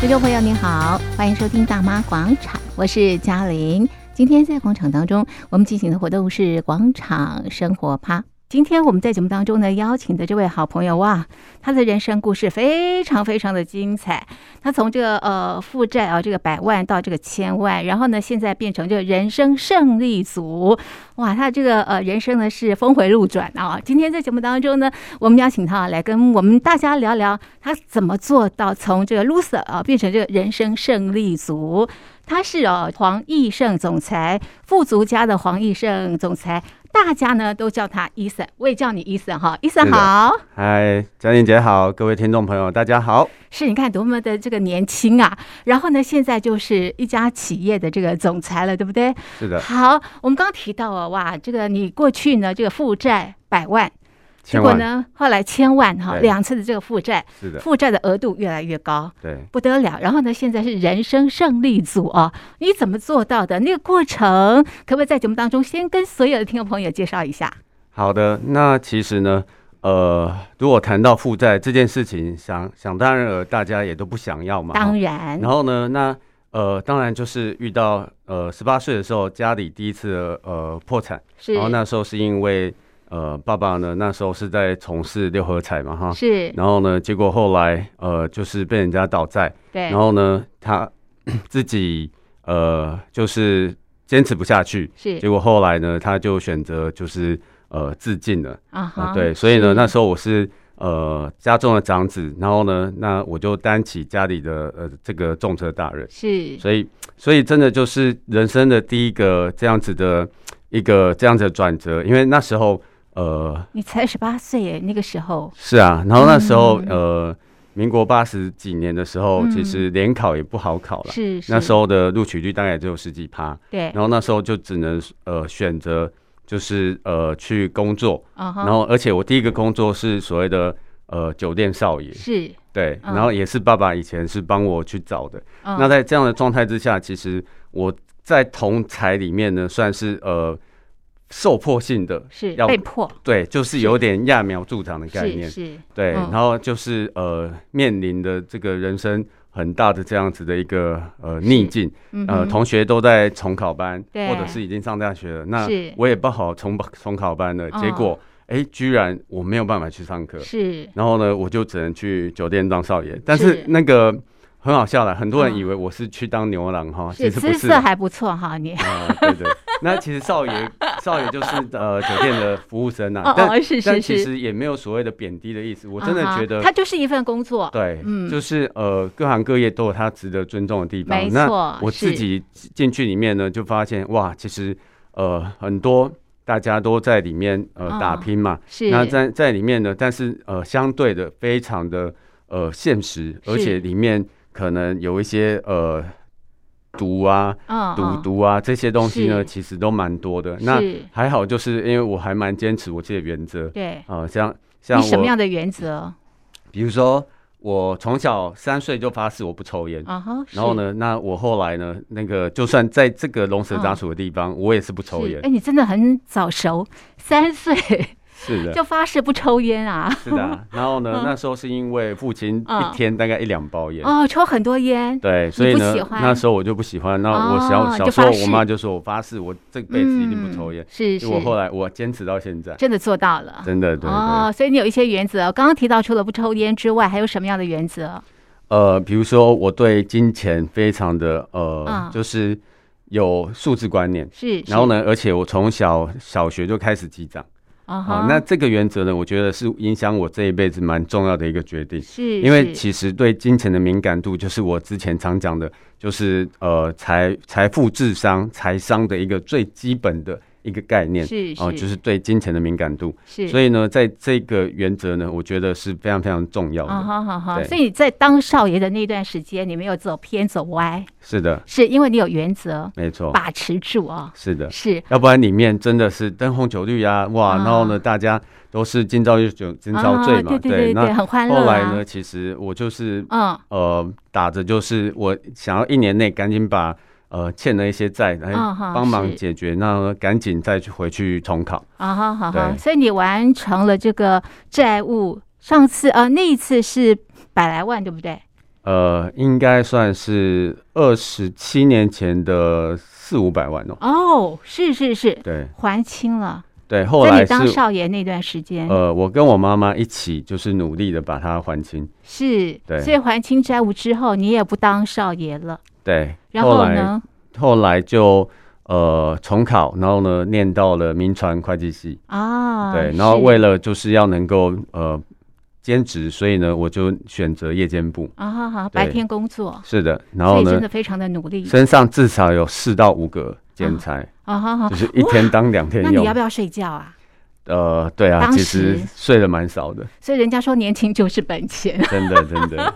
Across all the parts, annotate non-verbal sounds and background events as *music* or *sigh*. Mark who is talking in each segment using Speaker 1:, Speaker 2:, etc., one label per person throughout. Speaker 1: 听众朋友您好，欢迎收听《大妈广场》，我是嘉玲。今天在广场当中，我们进行的活动是广场生活趴。今天我们在节目当中呢，邀请的这位好朋友啊，他的人生故事非常非常的精彩。他从这个呃负债啊，这个百万到这个千万，然后呢，现在变成这个人生胜利组。哇，他这个呃人生呢是峰回路转啊！今天在节目当中呢，我们邀请他来跟我们大家聊聊他怎么做到从这个 loser 啊变成这个人生胜利组。他是哦黄奕胜总裁，富足家的黄奕胜总裁，大家呢都叫他伊森，我也叫你伊森哈，伊森
Speaker 2: 是的
Speaker 1: 好。
Speaker 2: 嗨，嘉玲姐好，各位听众朋友，大家好。
Speaker 1: 是，你看多么的这个年轻啊！然后呢，现在就是一家企业的这个总裁了，对不对？
Speaker 2: 是的，
Speaker 1: 好，我们刚刚提到啊，哇，这个你过去呢，这个负债百万，结
Speaker 2: 千
Speaker 1: 果
Speaker 2: 万
Speaker 1: 呢，后来千万哈，
Speaker 2: 对
Speaker 1: 两次的这个负债，
Speaker 2: 是的，
Speaker 1: 负债的额度越来越高，
Speaker 2: 对，
Speaker 1: 不得了。然后呢，现在是人生胜利组啊，你怎么做到的？那个过程，可不可以在节目当中先跟所有的听众朋友介绍一下？
Speaker 2: 好的。那其实呢，呃，如果谈到负债这件事情，想想当然了，呃大家也都不想要嘛。
Speaker 1: 当
Speaker 2: 哦
Speaker 1: 然，
Speaker 2: 然后呢，那呃，当然就是遇到呃十八岁的时候，家里第一次的呃破产，
Speaker 1: 是
Speaker 2: 然后那时候是因为呃爸爸呢那时候是在从事六合彩嘛哈，
Speaker 1: 是
Speaker 2: 然后呢，结果后来呃就是被人家倒债，
Speaker 1: 对
Speaker 2: 然，后呢，他 *coughs* 自己呃就是坚持不下去，
Speaker 1: 是
Speaker 2: 结果后来呢，他就选择就是呃自尽了、
Speaker 1: 啊
Speaker 2: 啊
Speaker 1: 哈，
Speaker 2: 对，所以呢，
Speaker 1: 是
Speaker 2: 那时候我是呃家中的长子，然后呢，那我就担起家里的呃这个重责大任，
Speaker 1: 是
Speaker 2: 所以所以真的就是人生的第一个这样子的一个这样子的转折，因为那时候呃
Speaker 1: 你才十八岁耶，那个时候
Speaker 2: 是啊，然后那时候、
Speaker 1: 嗯
Speaker 2: 呃民国八十几年的时候，
Speaker 1: 嗯
Speaker 2: 其实联考也不好考了。
Speaker 1: 是是
Speaker 2: 那时候的录取率大概也只有十几趴，
Speaker 1: 对，
Speaker 2: 然后那时候就只能呃选择就是呃去工作，
Speaker 1: 啊哈，
Speaker 2: 然后而且我第一个工作是所谓的呃酒店少爷，
Speaker 1: 是，
Speaker 2: 对，
Speaker 1: 嗯
Speaker 2: 然后也是爸爸以前是帮我去找的。
Speaker 1: 嗯
Speaker 2: 那在这样的状态之下，其实我在同才里面呢，算是呃受迫性的，
Speaker 1: 是
Speaker 2: 要
Speaker 1: 被迫
Speaker 2: 对，就是有点揠苗助长的概
Speaker 1: 是
Speaker 2: 念，
Speaker 1: 是
Speaker 2: 对，
Speaker 1: 嗯
Speaker 2: 然后就是呃面临的这个人生很大的这样子的一个呃逆
Speaker 1: 是
Speaker 2: 境。
Speaker 1: 嗯
Speaker 2: 呃，
Speaker 1: 哼
Speaker 2: 同学都在重考班，
Speaker 1: 对
Speaker 2: 或者是已经上大学了，那
Speaker 1: 是
Speaker 2: 我也报好重 *laughs* 重考班了，
Speaker 1: 嗯
Speaker 2: 结果哎、诶居然我没有办法去上课，
Speaker 1: 是
Speaker 2: 然后呢，我就只能去酒店当少爷。但是
Speaker 1: 是
Speaker 2: 那个很好笑了，很多人
Speaker 1: 嗯
Speaker 2: 以为我是去当牛郎哈，啊其
Speaker 1: 是
Speaker 2: 实不
Speaker 1: 姿
Speaker 2: 是
Speaker 1: 色还不错哈，你
Speaker 2: 啊、对对。 *laughs* 那其实少爷 *laughs* 少爷就是呃酒店的服务生
Speaker 1: 哦
Speaker 2: 啊，但
Speaker 1: 哦是
Speaker 2: 但
Speaker 1: 是
Speaker 2: 其
Speaker 1: 是，
Speaker 2: 实也没有所谓的贬低的意思，我真的
Speaker 1: 啊哈
Speaker 2: 觉得
Speaker 1: 它就是一份工作，
Speaker 2: 对，
Speaker 1: 嗯
Speaker 2: 就是呃，各行各业都有它值得尊重的地
Speaker 1: 没
Speaker 2: 方。那
Speaker 1: 错
Speaker 2: 我自
Speaker 1: 是
Speaker 2: 己进去里面呢，就发现哇，其实呃很多大家都在里面呃打
Speaker 1: 嗯
Speaker 2: 拼嘛。
Speaker 1: 是
Speaker 2: 那在在里面呢，但是呃相对的非常的呃现实，而
Speaker 1: 是
Speaker 2: 且里面可能有一些呃毒啊、
Speaker 1: 嗯
Speaker 2: 赌
Speaker 1: 嗯
Speaker 2: 毒啊这些东西呢，
Speaker 1: 是
Speaker 2: 其实都蛮多的。那
Speaker 1: 是
Speaker 2: 还好，就是因为我还蛮坚持我自己的原则
Speaker 1: 对，
Speaker 2: 啊、呃像像
Speaker 1: 你
Speaker 2: 我
Speaker 1: 什么样的原则
Speaker 2: 比如说，我从小三岁就发誓我不抽烟，
Speaker 1: 啊哈？
Speaker 2: 然后
Speaker 1: 是？
Speaker 2: 呢，那我后来呢，那个就算在这个龙蛇杂处的地
Speaker 1: 啊
Speaker 2: 方，我也是不抽
Speaker 1: 是
Speaker 2: 烟
Speaker 1: 哎，。你真的很早熟，三岁
Speaker 2: 是的，
Speaker 1: 就发誓不抽烟啊！
Speaker 2: 是的啊。然后呢
Speaker 1: 嗯，
Speaker 2: 那时候是因为父亲
Speaker 1: 嗯
Speaker 2: 一天大概一两包烟。
Speaker 1: 哦，抽很多烟，
Speaker 2: 对，所以呢
Speaker 1: 你不喜，欢
Speaker 2: 那时候我就不喜欢。那我小、
Speaker 1: 哦
Speaker 2: 小
Speaker 1: 就
Speaker 2: 时
Speaker 1: 发
Speaker 2: 候，
Speaker 1: 誓
Speaker 2: 我妈就说我发誓，我这辈子一定不抽烟
Speaker 1: 嗯。是是
Speaker 2: 结，果后来我坚持到现在，
Speaker 1: 真的做到了。
Speaker 2: 真的，对对。
Speaker 1: 哦，所以你有一些原则，刚刚提到除了不抽烟之外，还有什么样的原则？
Speaker 2: 呃，比如说我对金钱非常的呃，
Speaker 1: 嗯
Speaker 2: 就是有素质观念。
Speaker 1: 是，
Speaker 2: 然后
Speaker 1: 呢？
Speaker 2: 呢，而且我从小小学就开始记账
Speaker 1: 啊
Speaker 2: 啊、
Speaker 1: 哈，
Speaker 2: 那这个原则呢，我觉得是影响我这一辈子蛮重要的一个决定，
Speaker 1: 是
Speaker 2: 因为
Speaker 1: 是
Speaker 2: 其实对金钱的敏感度，就是我之前常讲的，就是呃财财富智商财商的一个最基本的一个概念
Speaker 1: 是
Speaker 2: 哦、就是对金钱的敏感度。
Speaker 1: 是，
Speaker 2: 所
Speaker 1: 以
Speaker 2: 以呢，在这个原则呢，我觉得是非常非常重要的。
Speaker 1: 啊哈哈哈，
Speaker 2: 对
Speaker 1: 所以你在当少爷的那段时间，你没有走偏走歪，
Speaker 2: 是的，
Speaker 1: 是因为你有原则
Speaker 2: 没错，
Speaker 1: 把持住啊、
Speaker 2: 是的。
Speaker 1: 是
Speaker 2: 要不然里面真的是灯红酒绿啊，哇！
Speaker 1: 啊
Speaker 2: 然后呢，大家都是今朝有酒今朝醉嘛，
Speaker 1: 啊、对对对，
Speaker 2: 那
Speaker 1: 很欢乐、啊。
Speaker 2: 后来呢，？其实我就是
Speaker 1: 嗯，
Speaker 2: 呃打着就是我想要一年内赶紧把呃欠的一些债来
Speaker 1: 啊哈
Speaker 2: 帮忙
Speaker 1: 是
Speaker 2: 解决，那赶紧再去回去重考。
Speaker 1: 啊哈哈哈，
Speaker 2: 对
Speaker 1: 所以你完成了这个债务。上次呃，那一次是百来万，对不对？
Speaker 2: 呃，应该算是二十七年前的四五百万哦。
Speaker 1: 哦，是是是，
Speaker 2: 对
Speaker 1: 还清了。
Speaker 2: 对，后
Speaker 1: 在
Speaker 2: 来
Speaker 1: 你当
Speaker 2: 是
Speaker 1: 少爷那段时间，
Speaker 2: 呃，我跟我妈妈一起就是努力的把它还清。
Speaker 1: 是，
Speaker 2: 对
Speaker 1: 所以还清债务之后，你也不当少爷了。
Speaker 2: 对，
Speaker 1: 然
Speaker 2: 后
Speaker 1: 后
Speaker 2: 来
Speaker 1: 呢？
Speaker 2: 后来就呃重考，然后呢念到了民传会计系。
Speaker 1: 啊，
Speaker 2: 对，然后为
Speaker 1: 了
Speaker 2: 了就是要能够呃兼职，所以呢我就选择夜间部。
Speaker 1: 啊，好好，
Speaker 2: 对
Speaker 1: 白天工作，
Speaker 2: 是的，然
Speaker 1: 所
Speaker 2: 后
Speaker 1: 以真
Speaker 2: 呢
Speaker 1: 的非常的努力
Speaker 2: 身上至少有四到五个剪裁，
Speaker 1: 啊，好好
Speaker 2: 就。是一天当两天
Speaker 1: 那
Speaker 2: 用
Speaker 1: 你要。不要睡觉啊？
Speaker 2: 呃，对啊，
Speaker 1: 当
Speaker 2: 其实
Speaker 1: 时
Speaker 2: 睡得蛮少的，
Speaker 1: 所以人家说年轻就是本钱， *laughs*
Speaker 2: 真的真的，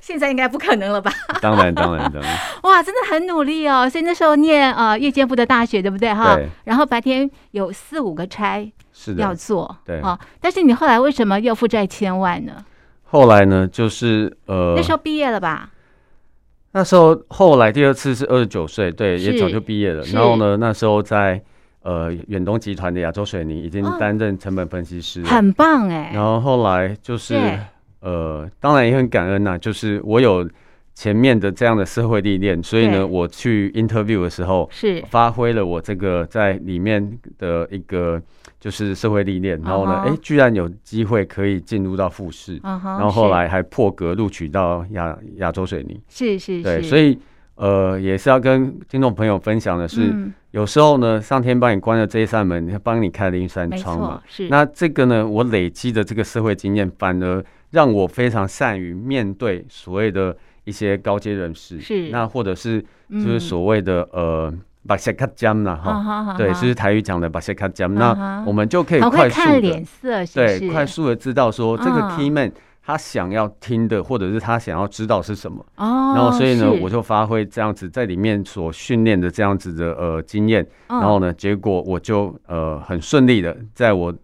Speaker 1: 现在应该不可能了吧？
Speaker 2: 当然当然当然，
Speaker 1: 哇，真的很努力哦。所以那时候念呃夜间部的大学，对不对哈？
Speaker 2: 对
Speaker 1: 然后白天有四五个差
Speaker 2: 是
Speaker 1: 要
Speaker 2: 的。
Speaker 1: 做，
Speaker 2: 对
Speaker 1: 哦。但是你后来为什么又负债千万呢？
Speaker 2: 后来呢，就是呃，
Speaker 1: 那时候毕业了吧？
Speaker 2: 那时候后来第二次是二十九岁，对，
Speaker 1: 是
Speaker 2: 也早就毕业了。
Speaker 1: 是
Speaker 2: 然后呢，那时候在呃远东集团的亚洲水泥已经
Speaker 1: 哦
Speaker 2: 担任成本分析师了。
Speaker 1: 很棒哎、
Speaker 2: 然后后来就是
Speaker 1: 对
Speaker 2: 呃，当然也很感恩呐、啊就是我有前面的这样的社会历练，所以
Speaker 1: 对
Speaker 2: 呢，我去 interview 的时候
Speaker 1: 是
Speaker 2: 发挥了我这个在里面的一个就是社会历练，然后呢，
Speaker 1: 啊
Speaker 2: 哎、
Speaker 1: 哈
Speaker 2: 居然有机会可以进入到复试，
Speaker 1: 嗯哼，
Speaker 2: 然后后
Speaker 1: 是
Speaker 2: 来还破格录取到亚亚洲水泥。
Speaker 1: 是是
Speaker 2: 对，
Speaker 1: 是，
Speaker 2: 所以呃，也是要跟听众朋友分享的是，
Speaker 1: 嗯、
Speaker 2: 有时候呢，上天帮你关了这一扇门，帮你开了一扇
Speaker 1: 没
Speaker 2: 窗嘛
Speaker 1: 错。，是
Speaker 2: 那这个呢，我累积的这个社会经验，反而让我非常善于面对所谓的一些高阶人士，
Speaker 1: 是嗯
Speaker 2: 那或者是就
Speaker 1: 就是
Speaker 2: 所谓的、呃，把些卡江啦啊
Speaker 1: 啊
Speaker 2: 哈，对，就是台语讲的把些卡江。
Speaker 1: 哈
Speaker 2: 那我们就可以
Speaker 1: 很
Speaker 2: 快
Speaker 1: 会
Speaker 2: 速
Speaker 1: 看
Speaker 2: 的
Speaker 1: 脸色，是不
Speaker 2: 对
Speaker 1: 是
Speaker 2: 快速的知道说这个
Speaker 1: 嗯
Speaker 2: key man 他想要听的，或者是他想要知道是什么。
Speaker 1: 哦，
Speaker 2: 然后所以呢，我
Speaker 1: 就
Speaker 2: 就发挥这样子在里面所训练的这样子的呃经验，
Speaker 1: 嗯
Speaker 2: 然后呢，结果我就呃很顺利的，在我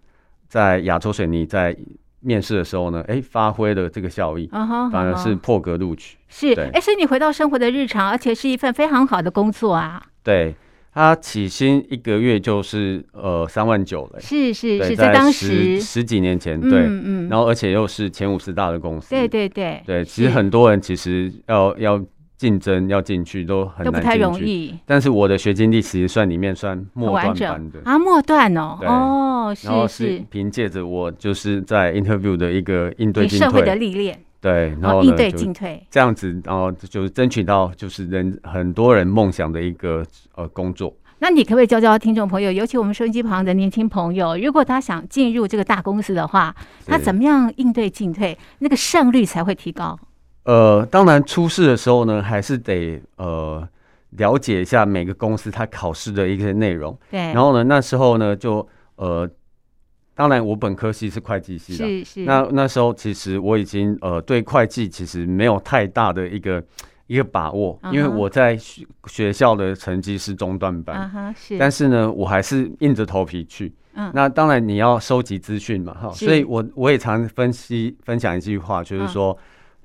Speaker 2: 在亚洲水泥在面试的时候呢，哎，发挥了这个效益，
Speaker 1: 嗯哼，
Speaker 2: 反而
Speaker 1: 嗯哼
Speaker 2: 是破格录取。
Speaker 1: 是
Speaker 2: 对
Speaker 1: 哎，所以你回到生活的日常，而且是一份非常好的工作啊，
Speaker 2: 对，他起薪一个月就是呃三万九了，
Speaker 1: 是是
Speaker 2: 对，
Speaker 1: 是在当
Speaker 2: 十
Speaker 1: 时，
Speaker 2: 十几年前，对，
Speaker 1: 嗯嗯，
Speaker 2: 然后而且又是前五十大的公司，
Speaker 1: 对对对
Speaker 2: 对，其实
Speaker 1: 是
Speaker 2: 很多人其实要要竞争要进去都很
Speaker 1: 都不
Speaker 2: 难
Speaker 1: 太
Speaker 2: 进
Speaker 1: 容
Speaker 2: 去
Speaker 1: 易，
Speaker 2: 但是我的学经历其实算里面算
Speaker 1: 很
Speaker 2: 末
Speaker 1: 完
Speaker 2: 段
Speaker 1: 整
Speaker 2: 班的，
Speaker 1: 啊，末段哦，
Speaker 2: 对
Speaker 1: 哦，
Speaker 2: 然后
Speaker 1: 是
Speaker 2: 是
Speaker 1: 是。
Speaker 2: 凭借着我就是在 interview 的一个应对
Speaker 1: 你
Speaker 2: 进
Speaker 1: 社会的
Speaker 2: 退，
Speaker 1: 历练，
Speaker 2: 对，然后
Speaker 1: 哦应
Speaker 2: 呢
Speaker 1: 对
Speaker 2: 就
Speaker 1: 进退，
Speaker 2: 这样子，然后就是争取到就是人很多人梦想的一个呃工作。
Speaker 1: 那你可不可以教教听众朋友，尤其我们收音机旁的年轻朋友，如果他想进入这个大公司的话，他
Speaker 2: 是
Speaker 1: 怎么样应对进退，那个胜率才会提高。
Speaker 2: 呃，当然出事的时候呢，还是得呃了解一下每个公司它考试的一些内容。
Speaker 1: 对，
Speaker 2: 然后呢，那时候呢就呃，当然我本科系是会计系的，
Speaker 1: 是是
Speaker 2: 那那时候其实我已经呃对会计其实没有太大的一个一个把握，因为
Speaker 1: 嗯哼
Speaker 2: 我在学学校的成绩是中段班，
Speaker 1: 啊哈是，
Speaker 2: 但是呢我还是硬着头皮去。
Speaker 1: 嗯
Speaker 2: 那当然你要收集资讯嘛，哈，
Speaker 1: 是
Speaker 2: 所以我我也常分析分享一句话，就是
Speaker 1: 嗯
Speaker 2: 说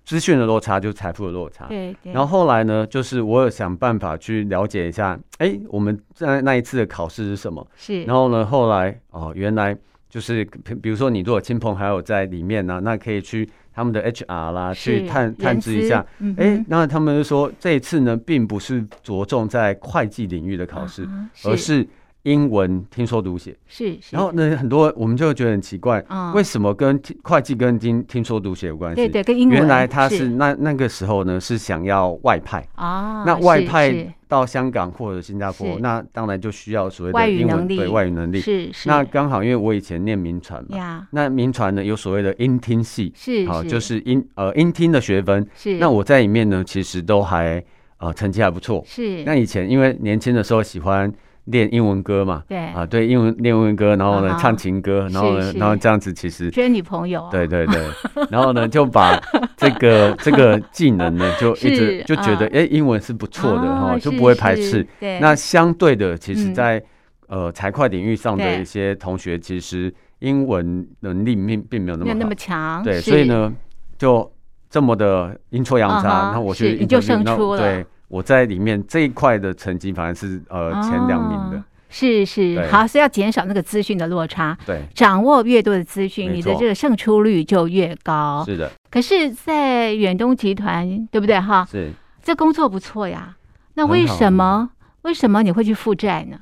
Speaker 2: 资讯的落差就是财富的落差。
Speaker 1: 对对，
Speaker 2: 然后后来呢，就是我有想办法去了解一下，哎，我们在那一次的考试是什么？
Speaker 1: 是
Speaker 2: 然后呢，后来哦，原来就是比比如说你如果亲朋好友在里面呢、啊那可以去他们的 HR 啦，去
Speaker 1: 是
Speaker 2: 探探
Speaker 1: 人
Speaker 2: 知一下
Speaker 1: 资。，嗯
Speaker 2: 哎、
Speaker 1: 哼，
Speaker 2: 那他们就说这一次呢，并不是着重在会计领域的考试，
Speaker 1: 啊哈
Speaker 2: 而是英文听说读写。
Speaker 1: 是是，
Speaker 2: 然后呢，很多我们就觉得很奇怪，
Speaker 1: 啊
Speaker 2: 为什么跟听会计跟听听说读写有关系？
Speaker 1: 对对跟英文
Speaker 2: 原来他是那那个时候呢，是想要外派。
Speaker 1: 啊，
Speaker 2: 那外
Speaker 1: 是
Speaker 2: 派
Speaker 1: 是
Speaker 2: 到香港或者新加坡，
Speaker 1: 是
Speaker 2: 那当然就需要所谓
Speaker 1: 外
Speaker 2: 的
Speaker 1: 语
Speaker 2: 英
Speaker 1: 能
Speaker 2: 文
Speaker 1: 力
Speaker 2: 对外语能力。
Speaker 1: 是是
Speaker 2: 那刚好因为我以前念民传嘛，
Speaker 1: 呀
Speaker 2: 那民传呢有所谓的音听系，
Speaker 1: 是
Speaker 2: 好、就是音呃音听的学分。
Speaker 1: 是
Speaker 2: 那我在里面呢，其实都还呃成绩还不错。
Speaker 1: 是
Speaker 2: 那以前因为年轻的时候喜欢练英文歌嘛，
Speaker 1: 对
Speaker 2: 啊对英文练英文歌，然后呢、
Speaker 1: 啊哈
Speaker 2: 唱情歌，然后呢
Speaker 1: 是是
Speaker 2: 然后这样子其实。
Speaker 1: 追女朋友啊
Speaker 2: 对
Speaker 1: *laughs*
Speaker 2: 对对，然后呢，就把这个这个技能呢，就一直
Speaker 1: 是
Speaker 2: 就觉得
Speaker 1: 啊
Speaker 2: 哎、诶英文是不错的哈、
Speaker 1: 啊
Speaker 2: 就是不会排
Speaker 1: 是
Speaker 2: 斥。
Speaker 1: 对
Speaker 2: 那相对的，其实
Speaker 1: 嗯
Speaker 2: 在，呃财会领域上的
Speaker 1: 对
Speaker 2: 一些同学，其实英文能力并并没有那
Speaker 1: 没有
Speaker 2: 么
Speaker 1: 那
Speaker 2: 好
Speaker 1: 么，强，
Speaker 2: 对，
Speaker 1: 是
Speaker 2: 所以，呢，就这么的阴错阳
Speaker 1: 啊哈
Speaker 2: 差，那、我
Speaker 1: 是
Speaker 2: 去
Speaker 1: 你就
Speaker 2: interview，
Speaker 1: 胜
Speaker 2: 那
Speaker 1: 出了
Speaker 2: 对，我在里面这一块的成绩反而是呃前两名的
Speaker 1: 啊，哦是是，
Speaker 2: 对
Speaker 1: 好是要减少那个资讯的落差，
Speaker 2: 对，
Speaker 1: 掌握越多的资讯，
Speaker 2: 没
Speaker 1: 你的
Speaker 2: 错
Speaker 1: 这个胜出率就越高。
Speaker 2: 是的，
Speaker 1: 可是，在远东集团，对不对哈？
Speaker 2: 是。
Speaker 1: 这工作不错呀，那
Speaker 2: 很
Speaker 1: 为
Speaker 2: 好嗯
Speaker 1: 什么为什么你会去负债呢？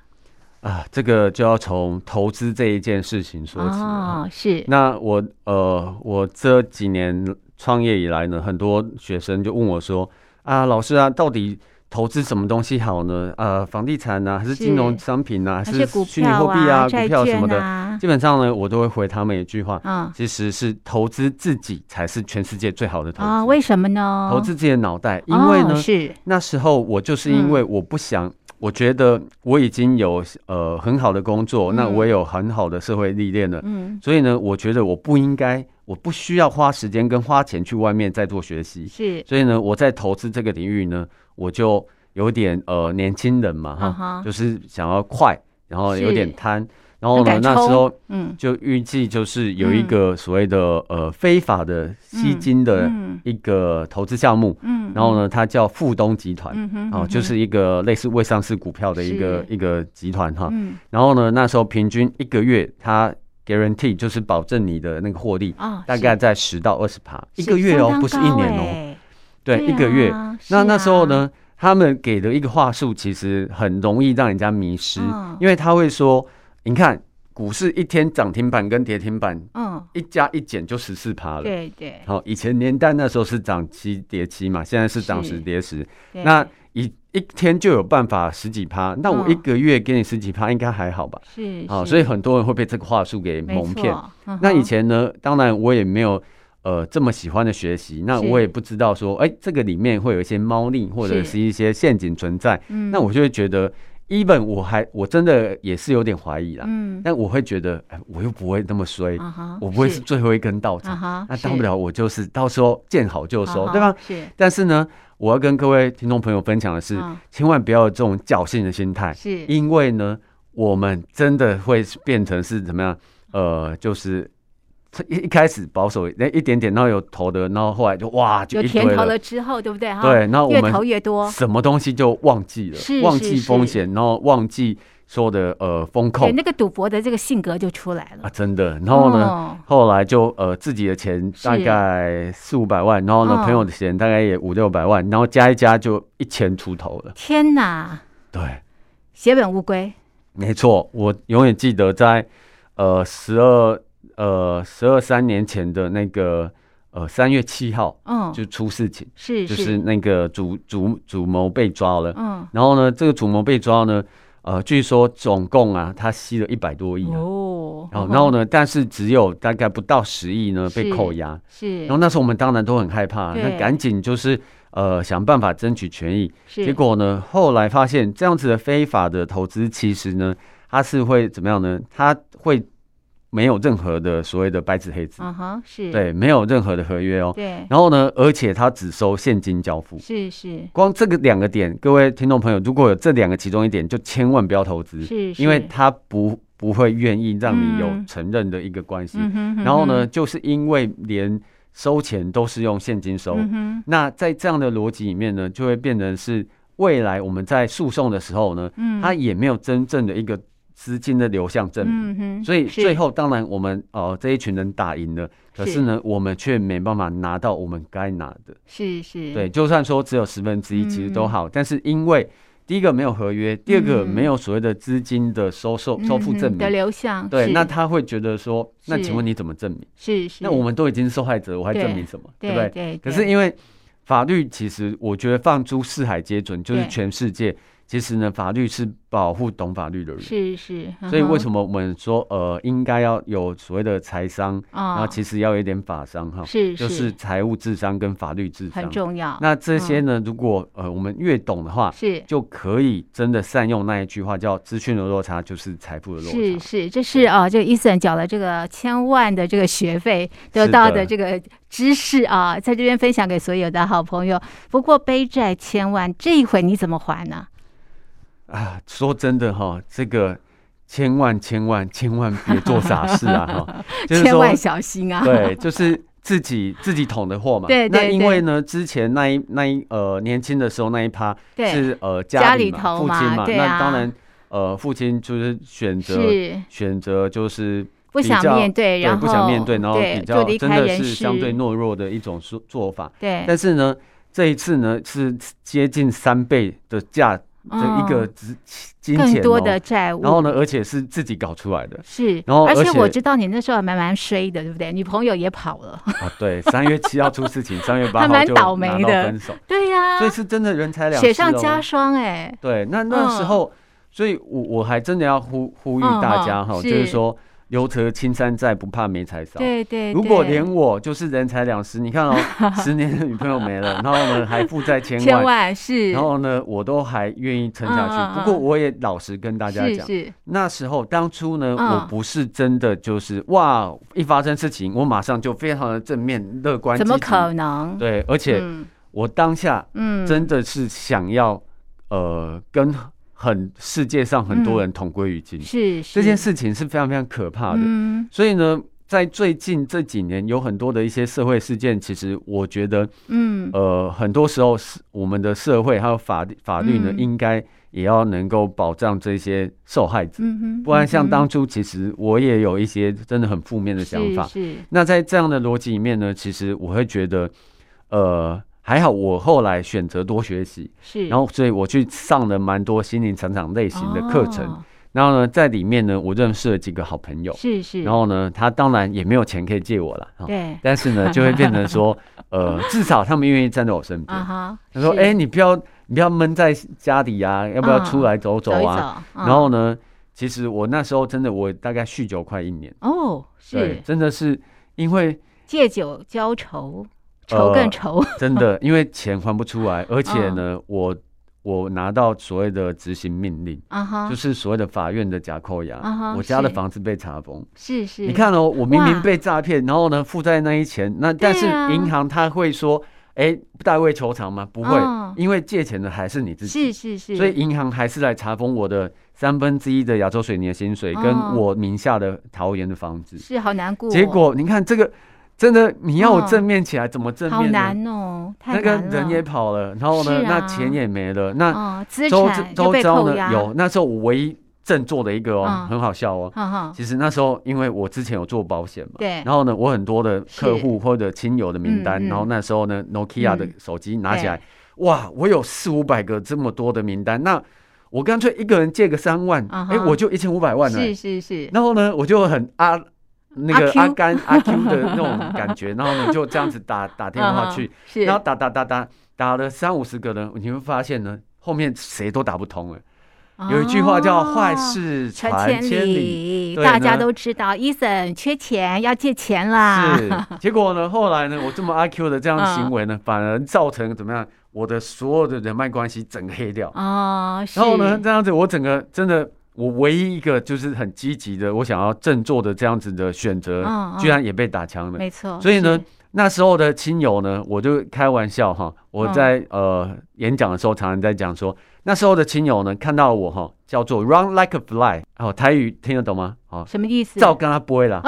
Speaker 2: 啊，这个就要从投资这一件事情说起了。
Speaker 1: 哦，是
Speaker 2: 那我呃，我这几年创业以来呢，很多学生就问我说：“啊，老师啊，到底投资什么东西好呢？呃，房地产呢、还是金融
Speaker 1: 是
Speaker 2: 商品啊呢、
Speaker 1: 还
Speaker 2: 还
Speaker 1: 是
Speaker 2: 是
Speaker 1: 股
Speaker 2: 虚拟
Speaker 1: 票
Speaker 2: 货币啊、
Speaker 1: 债
Speaker 2: 股票什么
Speaker 1: 券
Speaker 2: 的？”
Speaker 1: 啊，
Speaker 2: 基本上呢，我都会回他们一句话：
Speaker 1: 嗯
Speaker 2: 其实是投资自己才是全世界最好的投资。
Speaker 1: 啊，为什么呢？
Speaker 2: 投资自己的脑袋，因为呢，
Speaker 1: 哦、是
Speaker 2: 那时候我就是因为我不想，我觉得我已经有呃很好的工作，
Speaker 1: 嗯
Speaker 2: 那我也有很好的社会历练了，
Speaker 1: 嗯
Speaker 2: 所以呢，我觉得我不应该，我不需要花时间跟花钱去外面再做学习，
Speaker 1: 是
Speaker 2: 所以呢，我在投资这个领域呢，我就有点呃年轻人嘛
Speaker 1: 啊
Speaker 2: 哈，
Speaker 1: 哈，
Speaker 2: 就是想要快，然后有点
Speaker 1: 是
Speaker 2: 贪，然后呢
Speaker 1: 很敢
Speaker 2: 那
Speaker 1: 冲
Speaker 2: 时候。
Speaker 1: 嗯
Speaker 2: 就预计就是有一个所谓的、呃非法的吸金的
Speaker 1: 嗯
Speaker 2: 一个投资项目，
Speaker 1: 嗯，
Speaker 2: 然后呢，它叫富东集团，
Speaker 1: 嗯哼，嗯
Speaker 2: 哦，
Speaker 1: 哼
Speaker 2: 就是一个类似未上市股票的一个
Speaker 1: 是
Speaker 2: 一个集团哈。
Speaker 1: 嗯
Speaker 2: 然后呢，那时候平均一个月，它 guarantee 就是保证你的那个获利，
Speaker 1: 哦，
Speaker 2: 大
Speaker 1: 是
Speaker 2: 概在十到二十趴一
Speaker 1: 是
Speaker 2: 个月
Speaker 1: 相
Speaker 2: 哦，
Speaker 1: 当
Speaker 2: 不是一
Speaker 1: 高
Speaker 2: 年哦，
Speaker 1: 欸，
Speaker 2: 对，一个月。
Speaker 1: 啊
Speaker 2: 那那时候，
Speaker 1: 是啊
Speaker 2: 呢，他们给的一个话术其实很容易让人家迷失，
Speaker 1: 嗯
Speaker 2: 因为他会说，你看股市一天涨停板跟跌停板
Speaker 1: 嗯，
Speaker 2: 一加一减就十四趴了。
Speaker 1: 对对，
Speaker 2: 好，以前年代那时候是涨七跌七嘛，现在是涨
Speaker 1: 是
Speaker 2: 十跌十，
Speaker 1: 对
Speaker 2: 那一一天就有办法十几趴，那我
Speaker 1: 嗯
Speaker 2: 一个月给你十几趴应该还好吧？
Speaker 1: 是
Speaker 2: 好，
Speaker 1: 是
Speaker 2: 所以很多人会被这个话术给
Speaker 1: 没
Speaker 2: 蒙骗。
Speaker 1: 错嗯
Speaker 2: 那以
Speaker 1: 哼
Speaker 2: 前呢，当然我也没有呃这么喜欢的学习，那
Speaker 1: 是
Speaker 2: 我也不知道说，哎、这个里面会有一些猫腻或者
Speaker 1: 是
Speaker 2: 是一些陷阱存在，
Speaker 1: 嗯
Speaker 2: 那我就会觉得，even 我还我真的也是有点怀疑啦，
Speaker 1: 嗯
Speaker 2: 但我会觉得，哎，我又不会那么衰，
Speaker 1: 啊哈，
Speaker 2: 我不会是最后一根稻草，
Speaker 1: 啊哈，
Speaker 2: 那
Speaker 1: 是
Speaker 2: 大不了我就是到时候见好就收，
Speaker 1: 啊
Speaker 2: 对
Speaker 1: 哈
Speaker 2: 吧？
Speaker 1: 是
Speaker 2: 但是呢，我要跟各位听众朋友分享的是，
Speaker 1: 嗯
Speaker 2: 千万不要有这种侥幸的心态，
Speaker 1: 是
Speaker 2: 因为呢，我们真的会变成是怎么样？呃，就是一一开始保守那一点点，然后有投的，然后后来就哇，就
Speaker 1: 有
Speaker 2: 一堆
Speaker 1: 甜头
Speaker 2: 了
Speaker 1: 了，之后，对不对哈？
Speaker 2: 对，，然后我
Speaker 1: 越
Speaker 2: 们
Speaker 1: 投越多，
Speaker 2: 什么东西就忘记了，
Speaker 1: 是
Speaker 2: 忘
Speaker 1: 是
Speaker 2: 记
Speaker 1: 是
Speaker 2: 风险，然后忘记说的呃风控
Speaker 1: 对，那个赌博的这个性格就出来了
Speaker 2: 啊，。真的。然后呢，
Speaker 1: 哦？
Speaker 2: 后来就呃自己的钱
Speaker 1: 是
Speaker 2: 大概四五百万，然后呢、
Speaker 1: 哦
Speaker 2: 朋友的钱大概也五六百万，然后加一加就一千出头了。
Speaker 1: 天哪，
Speaker 2: 对，
Speaker 1: 血本无归，
Speaker 2: 没错，我永远记得在呃十二呃十二三年前的那个呃三月七号
Speaker 1: 嗯，
Speaker 2: 就出事情，
Speaker 1: 是
Speaker 2: 就是那个主主主谋被抓了。
Speaker 1: 嗯，
Speaker 2: 然后呢，这个主谋被抓呢，呃，据说总共啊他吸了一百多亿啊。
Speaker 1: 哦，
Speaker 2: 然后，然后呢？但是只有大概不到十亿呢被
Speaker 1: 是
Speaker 2: 扣押。
Speaker 1: 是
Speaker 2: 然后那时候我们当然都很害怕，啊
Speaker 1: 对
Speaker 2: 那赶紧就是呃想办法争取权益。
Speaker 1: 是
Speaker 2: 结果呢，后来发现这样子的非法的投资，其实呢，它是会怎么样呢？它会没有任何的所谓的白纸黑字，
Speaker 1: 啊哈是
Speaker 2: 对，没有任何的合约哦。
Speaker 1: 对
Speaker 2: 然后呢，而且它只收现金交付。
Speaker 1: 是是
Speaker 2: 光这个两个点，各位听众朋友，如果有这两个其中一点，就千万不要投资，
Speaker 1: 是，
Speaker 2: 因为
Speaker 1: 是
Speaker 2: 它不不会愿意让你有
Speaker 1: 嗯
Speaker 2: 承认的一个关系。
Speaker 1: 嗯哼，
Speaker 2: 然后呢，
Speaker 1: 嗯
Speaker 2: 就是因为连收钱都是用现金收，
Speaker 1: 哼，嗯
Speaker 2: 那在这样的逻辑里面呢，就会变成是未来我们在诉讼的时候呢，
Speaker 1: 哼，
Speaker 2: 它也没有真正的一个资金的流向证明。
Speaker 1: 嗯哼，
Speaker 2: 所以
Speaker 1: 是
Speaker 2: 最后，当然我们呃这一群人打赢了，可
Speaker 1: 是
Speaker 2: 是呢，我们却没办法拿到我们该拿的。
Speaker 1: 是是嗯
Speaker 2: 对，就算说只有十分之一，其实都好，但是因为第一个没有合约，第二个
Speaker 1: 嗯
Speaker 2: 没有所谓的资金的收受收付
Speaker 1: 嗯哼
Speaker 2: 证
Speaker 1: 的
Speaker 2: 明，
Speaker 1: 流向，
Speaker 2: 对，
Speaker 1: 是
Speaker 2: 那他会觉得说，那
Speaker 1: 是
Speaker 2: 请问你怎么证明？
Speaker 1: 是是，
Speaker 2: 那我们都已经是受害者，我还
Speaker 1: 对
Speaker 2: 证明什么？对
Speaker 1: 对
Speaker 2: 不对？
Speaker 1: 对，
Speaker 2: 可是
Speaker 1: 对
Speaker 2: 因为法律，其实我觉得放诸四海皆准，就是
Speaker 1: 对
Speaker 2: 全世界。其实呢，法律是保护懂法律的人，
Speaker 1: 是嗯是，
Speaker 2: 所以为
Speaker 1: 么
Speaker 2: 什么我们说呃，应该要有所谓的财商，然
Speaker 1: 啊？
Speaker 2: 后其实要有一点法商哈，
Speaker 1: 是
Speaker 2: 就是财务智商跟法律智
Speaker 1: 很
Speaker 2: 商。
Speaker 1: 重要，嗯
Speaker 2: 那这些呢，如果呃我们越懂的话，
Speaker 1: 是
Speaker 2: 就可以真的善用那一句话叫“资讯的落差就是财富的落
Speaker 1: 是
Speaker 2: 差
Speaker 1: 是，这是啊，这个 Eason 缴了这个千万的这个学费，得
Speaker 2: 是
Speaker 1: 到
Speaker 2: 的
Speaker 1: 的这个知识啊，在这边分享给所有的好朋友。不过背债千万，这一回你怎么还呢？”
Speaker 2: 啊。说真的哈，这个千万千万千万别做傻事
Speaker 1: *laughs*
Speaker 2: 啊哈，就是
Speaker 1: 千
Speaker 2: 说
Speaker 1: 万小心啊！
Speaker 2: *laughs* 对，就是自己自己捅的祸嘛。
Speaker 1: 对对
Speaker 2: 那因
Speaker 1: 对
Speaker 2: 为呢，之前那一那一呃年轻的时候那一趴
Speaker 1: *laughs* 对
Speaker 2: 是呃
Speaker 1: 家
Speaker 2: 里
Speaker 1: 里
Speaker 2: 嘛
Speaker 1: 头
Speaker 2: 父亲
Speaker 1: 嘛
Speaker 2: 嘛，
Speaker 1: 对
Speaker 2: 那当
Speaker 1: 啊
Speaker 2: 然呃，父亲就是选择
Speaker 1: 是
Speaker 2: 选择就是
Speaker 1: 不
Speaker 2: 比
Speaker 1: 想
Speaker 2: 较
Speaker 1: 面对，
Speaker 2: 对
Speaker 1: 然后
Speaker 2: 不想面对，然后
Speaker 1: 对
Speaker 2: 比较
Speaker 1: 就离
Speaker 2: 真
Speaker 1: 开
Speaker 2: 的
Speaker 1: 人
Speaker 2: 是
Speaker 1: 世，
Speaker 2: 相对懦弱的一种做做法。
Speaker 1: 对，
Speaker 2: 但是呢，这一次呢是接近三倍的价的一个
Speaker 1: 嗯
Speaker 2: 值金钱、哦，
Speaker 1: 更多的债务，
Speaker 2: 然后呢，而且是自己搞出来的
Speaker 1: 是，
Speaker 2: 然后
Speaker 1: 而
Speaker 2: 而
Speaker 1: 且我
Speaker 2: 且
Speaker 1: 知道你那时候还蛮蛮衰的，对不对？女朋友也跑了， *laughs*
Speaker 2: 啊。对，三月七号出事情，三月八
Speaker 1: 还蛮
Speaker 2: 号就
Speaker 1: 倒霉
Speaker 2: 拿到
Speaker 1: 的
Speaker 2: 分手，
Speaker 1: 对呀、
Speaker 2: 所以是真的人财两失、哦。
Speaker 1: 啊雪上加霜哎、
Speaker 2: 对，那那时
Speaker 1: 嗯
Speaker 2: 候，所以我我还真的要呼呼吁大家
Speaker 1: 嗯
Speaker 2: 哈，
Speaker 1: 嗯
Speaker 2: 就是
Speaker 1: 是
Speaker 2: 说留得青山在，不怕没柴烧。
Speaker 1: 对对
Speaker 2: 如果
Speaker 1: 对
Speaker 2: 连我就是人财两失，你看哦，
Speaker 1: *laughs*
Speaker 2: 十年的女朋友没了，然后呢还负债千
Speaker 1: 千
Speaker 2: 万，
Speaker 1: 万是，
Speaker 2: 然后呢我都还愿意撑
Speaker 1: 嗯嗯
Speaker 2: 下去。不过
Speaker 1: 嗯
Speaker 2: 我也老实跟大家
Speaker 1: 是
Speaker 2: 讲，
Speaker 1: 是
Speaker 2: 那时候当初呢，
Speaker 1: 嗯
Speaker 2: 我不是真的就是哇，一发生事情我马上就非常的正面乐观，
Speaker 1: 怎么
Speaker 2: 积极
Speaker 1: 可能？
Speaker 2: 对，而且
Speaker 1: 嗯
Speaker 2: 我当下
Speaker 1: 嗯，
Speaker 2: 真的是想要呃跟很世界上很多人同归于尽，
Speaker 1: 是
Speaker 2: 这件
Speaker 1: 是
Speaker 2: 事情是啊非常非常可怕的。
Speaker 1: 嗯
Speaker 2: 所以呢，在最近这几年有很多的一些社会事件，其实我觉得
Speaker 1: 嗯
Speaker 2: 呃很多时候是我们的社会还有法律法律呢，
Speaker 1: 嗯
Speaker 2: 应该也要能够保障这些受害者。
Speaker 1: 嗯哼，
Speaker 2: 不然，像
Speaker 1: 嗯哼
Speaker 2: 当初其实我也有一些真的很负面的想法，
Speaker 1: 是是
Speaker 2: 那在这样的逻辑里面呢，其实我会觉得，呃，还好我后来选择多学习，
Speaker 1: 是，
Speaker 2: 然后所以我去上了蛮多心灵成长类型的课程。
Speaker 1: 哦
Speaker 2: 然后呢，在里面呢，我认识了几个好朋友。
Speaker 1: 是是，
Speaker 2: 然后呢，他当然也没有钱可以借我了，哦
Speaker 1: 对
Speaker 2: 但是呢，就会变
Speaker 1: *laughs*
Speaker 2: 成说，呃，至少他们愿意站在我身边
Speaker 1: 啊。哈，
Speaker 2: 他说：“
Speaker 1: 是
Speaker 2: 哎、你不要，你不要闷在家里啊，要不要
Speaker 1: 嗯
Speaker 2: 出来走走
Speaker 1: 走一
Speaker 2: 啊？”
Speaker 1: 走，嗯
Speaker 2: 然后呢，其实我那时候真的，我大概酗酒快一年，
Speaker 1: 哦
Speaker 2: 对，
Speaker 1: 是
Speaker 2: 真的是因为
Speaker 1: 借酒浇愁，愁更
Speaker 2: 呃
Speaker 1: 愁， *laughs*
Speaker 2: 真的，因为钱还不出来，而且
Speaker 1: 哦
Speaker 2: 呢，我我拿到所谓的执行命令，
Speaker 1: 啊哈
Speaker 2: 就，是所谓的法院的假扣押
Speaker 1: 啊哈，
Speaker 2: 我家的
Speaker 1: 是
Speaker 2: 房子被查封。
Speaker 1: 是是，
Speaker 2: 你看哦，我明
Speaker 1: 哇
Speaker 2: 明被诈骗，然后呢负债那一钱，那但是
Speaker 1: 对啊
Speaker 2: 银行他会说，哎，代位求偿吗？不会
Speaker 1: 嗯，
Speaker 2: 因为借钱的还是你自己
Speaker 1: 是，是是，
Speaker 2: 所以银行还是来查封我的三分之一的亚洲水泥的薪水，跟
Speaker 1: 哦
Speaker 2: 我名下的桃园的房子。
Speaker 1: 是好难过哦，
Speaker 2: 结果你看这个，真的你要我
Speaker 1: 嗯
Speaker 2: 正面起来，怎么正
Speaker 1: 好
Speaker 2: 面呢？
Speaker 1: 难哦，太
Speaker 2: 那个
Speaker 1: 难了。
Speaker 2: 人也跑了，然后呢，
Speaker 1: 是啊
Speaker 2: 那钱也没了，那
Speaker 1: 哦，资
Speaker 2: 周
Speaker 1: 产就
Speaker 2: 周
Speaker 1: 被
Speaker 2: 遭
Speaker 1: 扣
Speaker 2: 呢
Speaker 1: 押，
Speaker 2: 有那时候我唯一振作的一个哦，
Speaker 1: 嗯
Speaker 2: 很好笑哦。
Speaker 1: 哈哈，
Speaker 2: 其实那时候因为我之前有做保险嘛，
Speaker 1: 对，
Speaker 2: 然后呢，我很多的客户或者亲友的名单，
Speaker 1: 嗯嗯
Speaker 2: 然后那时候呢，Nokia 的
Speaker 1: 嗯
Speaker 2: 手机拿起来，哇，我有四五百个这么多的名单，那我干脆一个人借个三万，
Speaker 1: 啊哈
Speaker 2: 哎，我就一千五百万了。
Speaker 1: 是是是，
Speaker 2: 然后呢，我就很阿那
Speaker 1: 阿
Speaker 2: 个
Speaker 1: Q
Speaker 2: 阿甘阿 Q 的那种感
Speaker 1: *laughs*
Speaker 2: 觉，然后呢就这样子打打电
Speaker 1: 嗯
Speaker 2: 话
Speaker 1: 哼
Speaker 2: 去。
Speaker 1: 是，
Speaker 2: 然后打打打打打了三五十个人，你会发现呢，后面谁都打不通了。有一句话叫“
Speaker 1: 哦
Speaker 2: 坏。事
Speaker 1: 传
Speaker 2: 传
Speaker 1: 千
Speaker 2: 千里
Speaker 1: 里，
Speaker 2: 对
Speaker 1: 大家
Speaker 2: 呢
Speaker 1: 都知道，Eason 缺钱要借钱”，啦。
Speaker 2: 是。结果呢，后来呢，我这么阿 Q 的这样的行为
Speaker 1: 嗯
Speaker 2: 呢，反而造成怎么样？我的所有的人脉关系整个黑掉。
Speaker 1: 哦，是
Speaker 2: 然后呢，这样子，我整个真的，我唯一一个就是很积极的，我想要振作的这样子的选择
Speaker 1: 嗯嗯，
Speaker 2: 居然也被打枪了。
Speaker 1: 没错。
Speaker 2: 所以呢
Speaker 1: 是，，
Speaker 2: 那时候的亲友呢，我就开玩笑哈，
Speaker 1: 嗯
Speaker 2: 我在、呃演讲的时候常常在讲说，那时候的亲友呢看到我哈，叫做 run like a fly，哦，台语听得懂吗？哦，
Speaker 1: 什么意思？
Speaker 2: 照跟他
Speaker 1: *laughs*
Speaker 2: 播啦。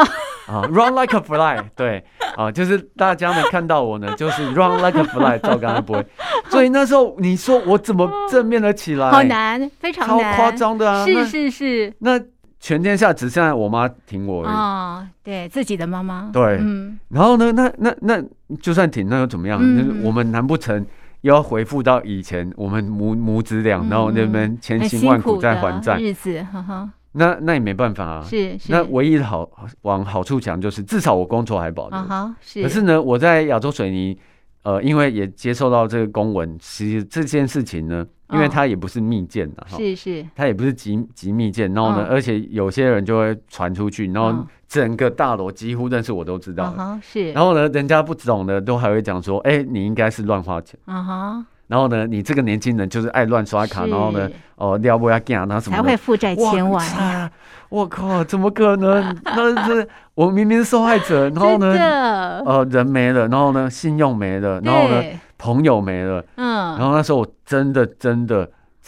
Speaker 2: 啊、r u n like a fly，对，啊，就是大家呢看到我呢，就是 run like a fly，照跟他播。所以那时候你说我怎么正面的起来？
Speaker 1: 好，难，非常
Speaker 2: 超
Speaker 1: 难，
Speaker 2: 夸张的啊！
Speaker 1: 是是是，
Speaker 2: 那那全天下只剩下我妈挺我而已。
Speaker 1: 哦，对自己的妈妈，
Speaker 2: 对
Speaker 1: 嗯，
Speaker 2: 然后呢，那那那就算挺，那又怎么样？
Speaker 1: 嗯
Speaker 2: 就是我们难不成又要回复到以前我们母母子俩，然后那边千
Speaker 1: 很嗯
Speaker 2: 辛
Speaker 1: 哎辛
Speaker 2: 万
Speaker 1: 苦
Speaker 2: 苦在
Speaker 1: 的
Speaker 2: 还债？
Speaker 1: 日子，哈哈，
Speaker 2: 那那也没办法啊。
Speaker 1: 是是，
Speaker 2: 那唯一的好往好处讲，就是至少我工作还保留。
Speaker 1: 啊哈，是，
Speaker 2: 可是呢，我在亚洲水泥，呃，因为也接受到这个公文，其实这件事情呢，因为
Speaker 1: 嗯
Speaker 2: 它也不是密件啊的哈。
Speaker 1: 是是，
Speaker 2: 它也不是极极密件，然后呢，
Speaker 1: 嗯
Speaker 2: 而且有些人就会传出去，然后
Speaker 1: 嗯
Speaker 2: 整个大楼几乎认识我都知道
Speaker 1: 啊
Speaker 2: 了。
Speaker 1: 哈是，
Speaker 2: 然后呢，人家不懂的都还会讲说，哎、你应该是乱花钱。
Speaker 1: 啊哈，
Speaker 2: 然后呢，你这个年轻人就是爱乱刷卡，
Speaker 1: 是
Speaker 2: 然后呢，哦，撩不要干，然后什么
Speaker 1: 才
Speaker 2: 的
Speaker 1: 会负债
Speaker 2: 哇
Speaker 1: 千万。
Speaker 2: 啊我靠，怎么可能？
Speaker 1: *laughs*
Speaker 2: 那是我明明是受害者，然后
Speaker 1: 真
Speaker 2: 呢，
Speaker 1: 的，
Speaker 2: 呃，人没了，然后呢，信用没了，然后呢，
Speaker 1: 对，
Speaker 2: 朋友没了，然
Speaker 1: 嗯，
Speaker 2: 后那时候我真的真的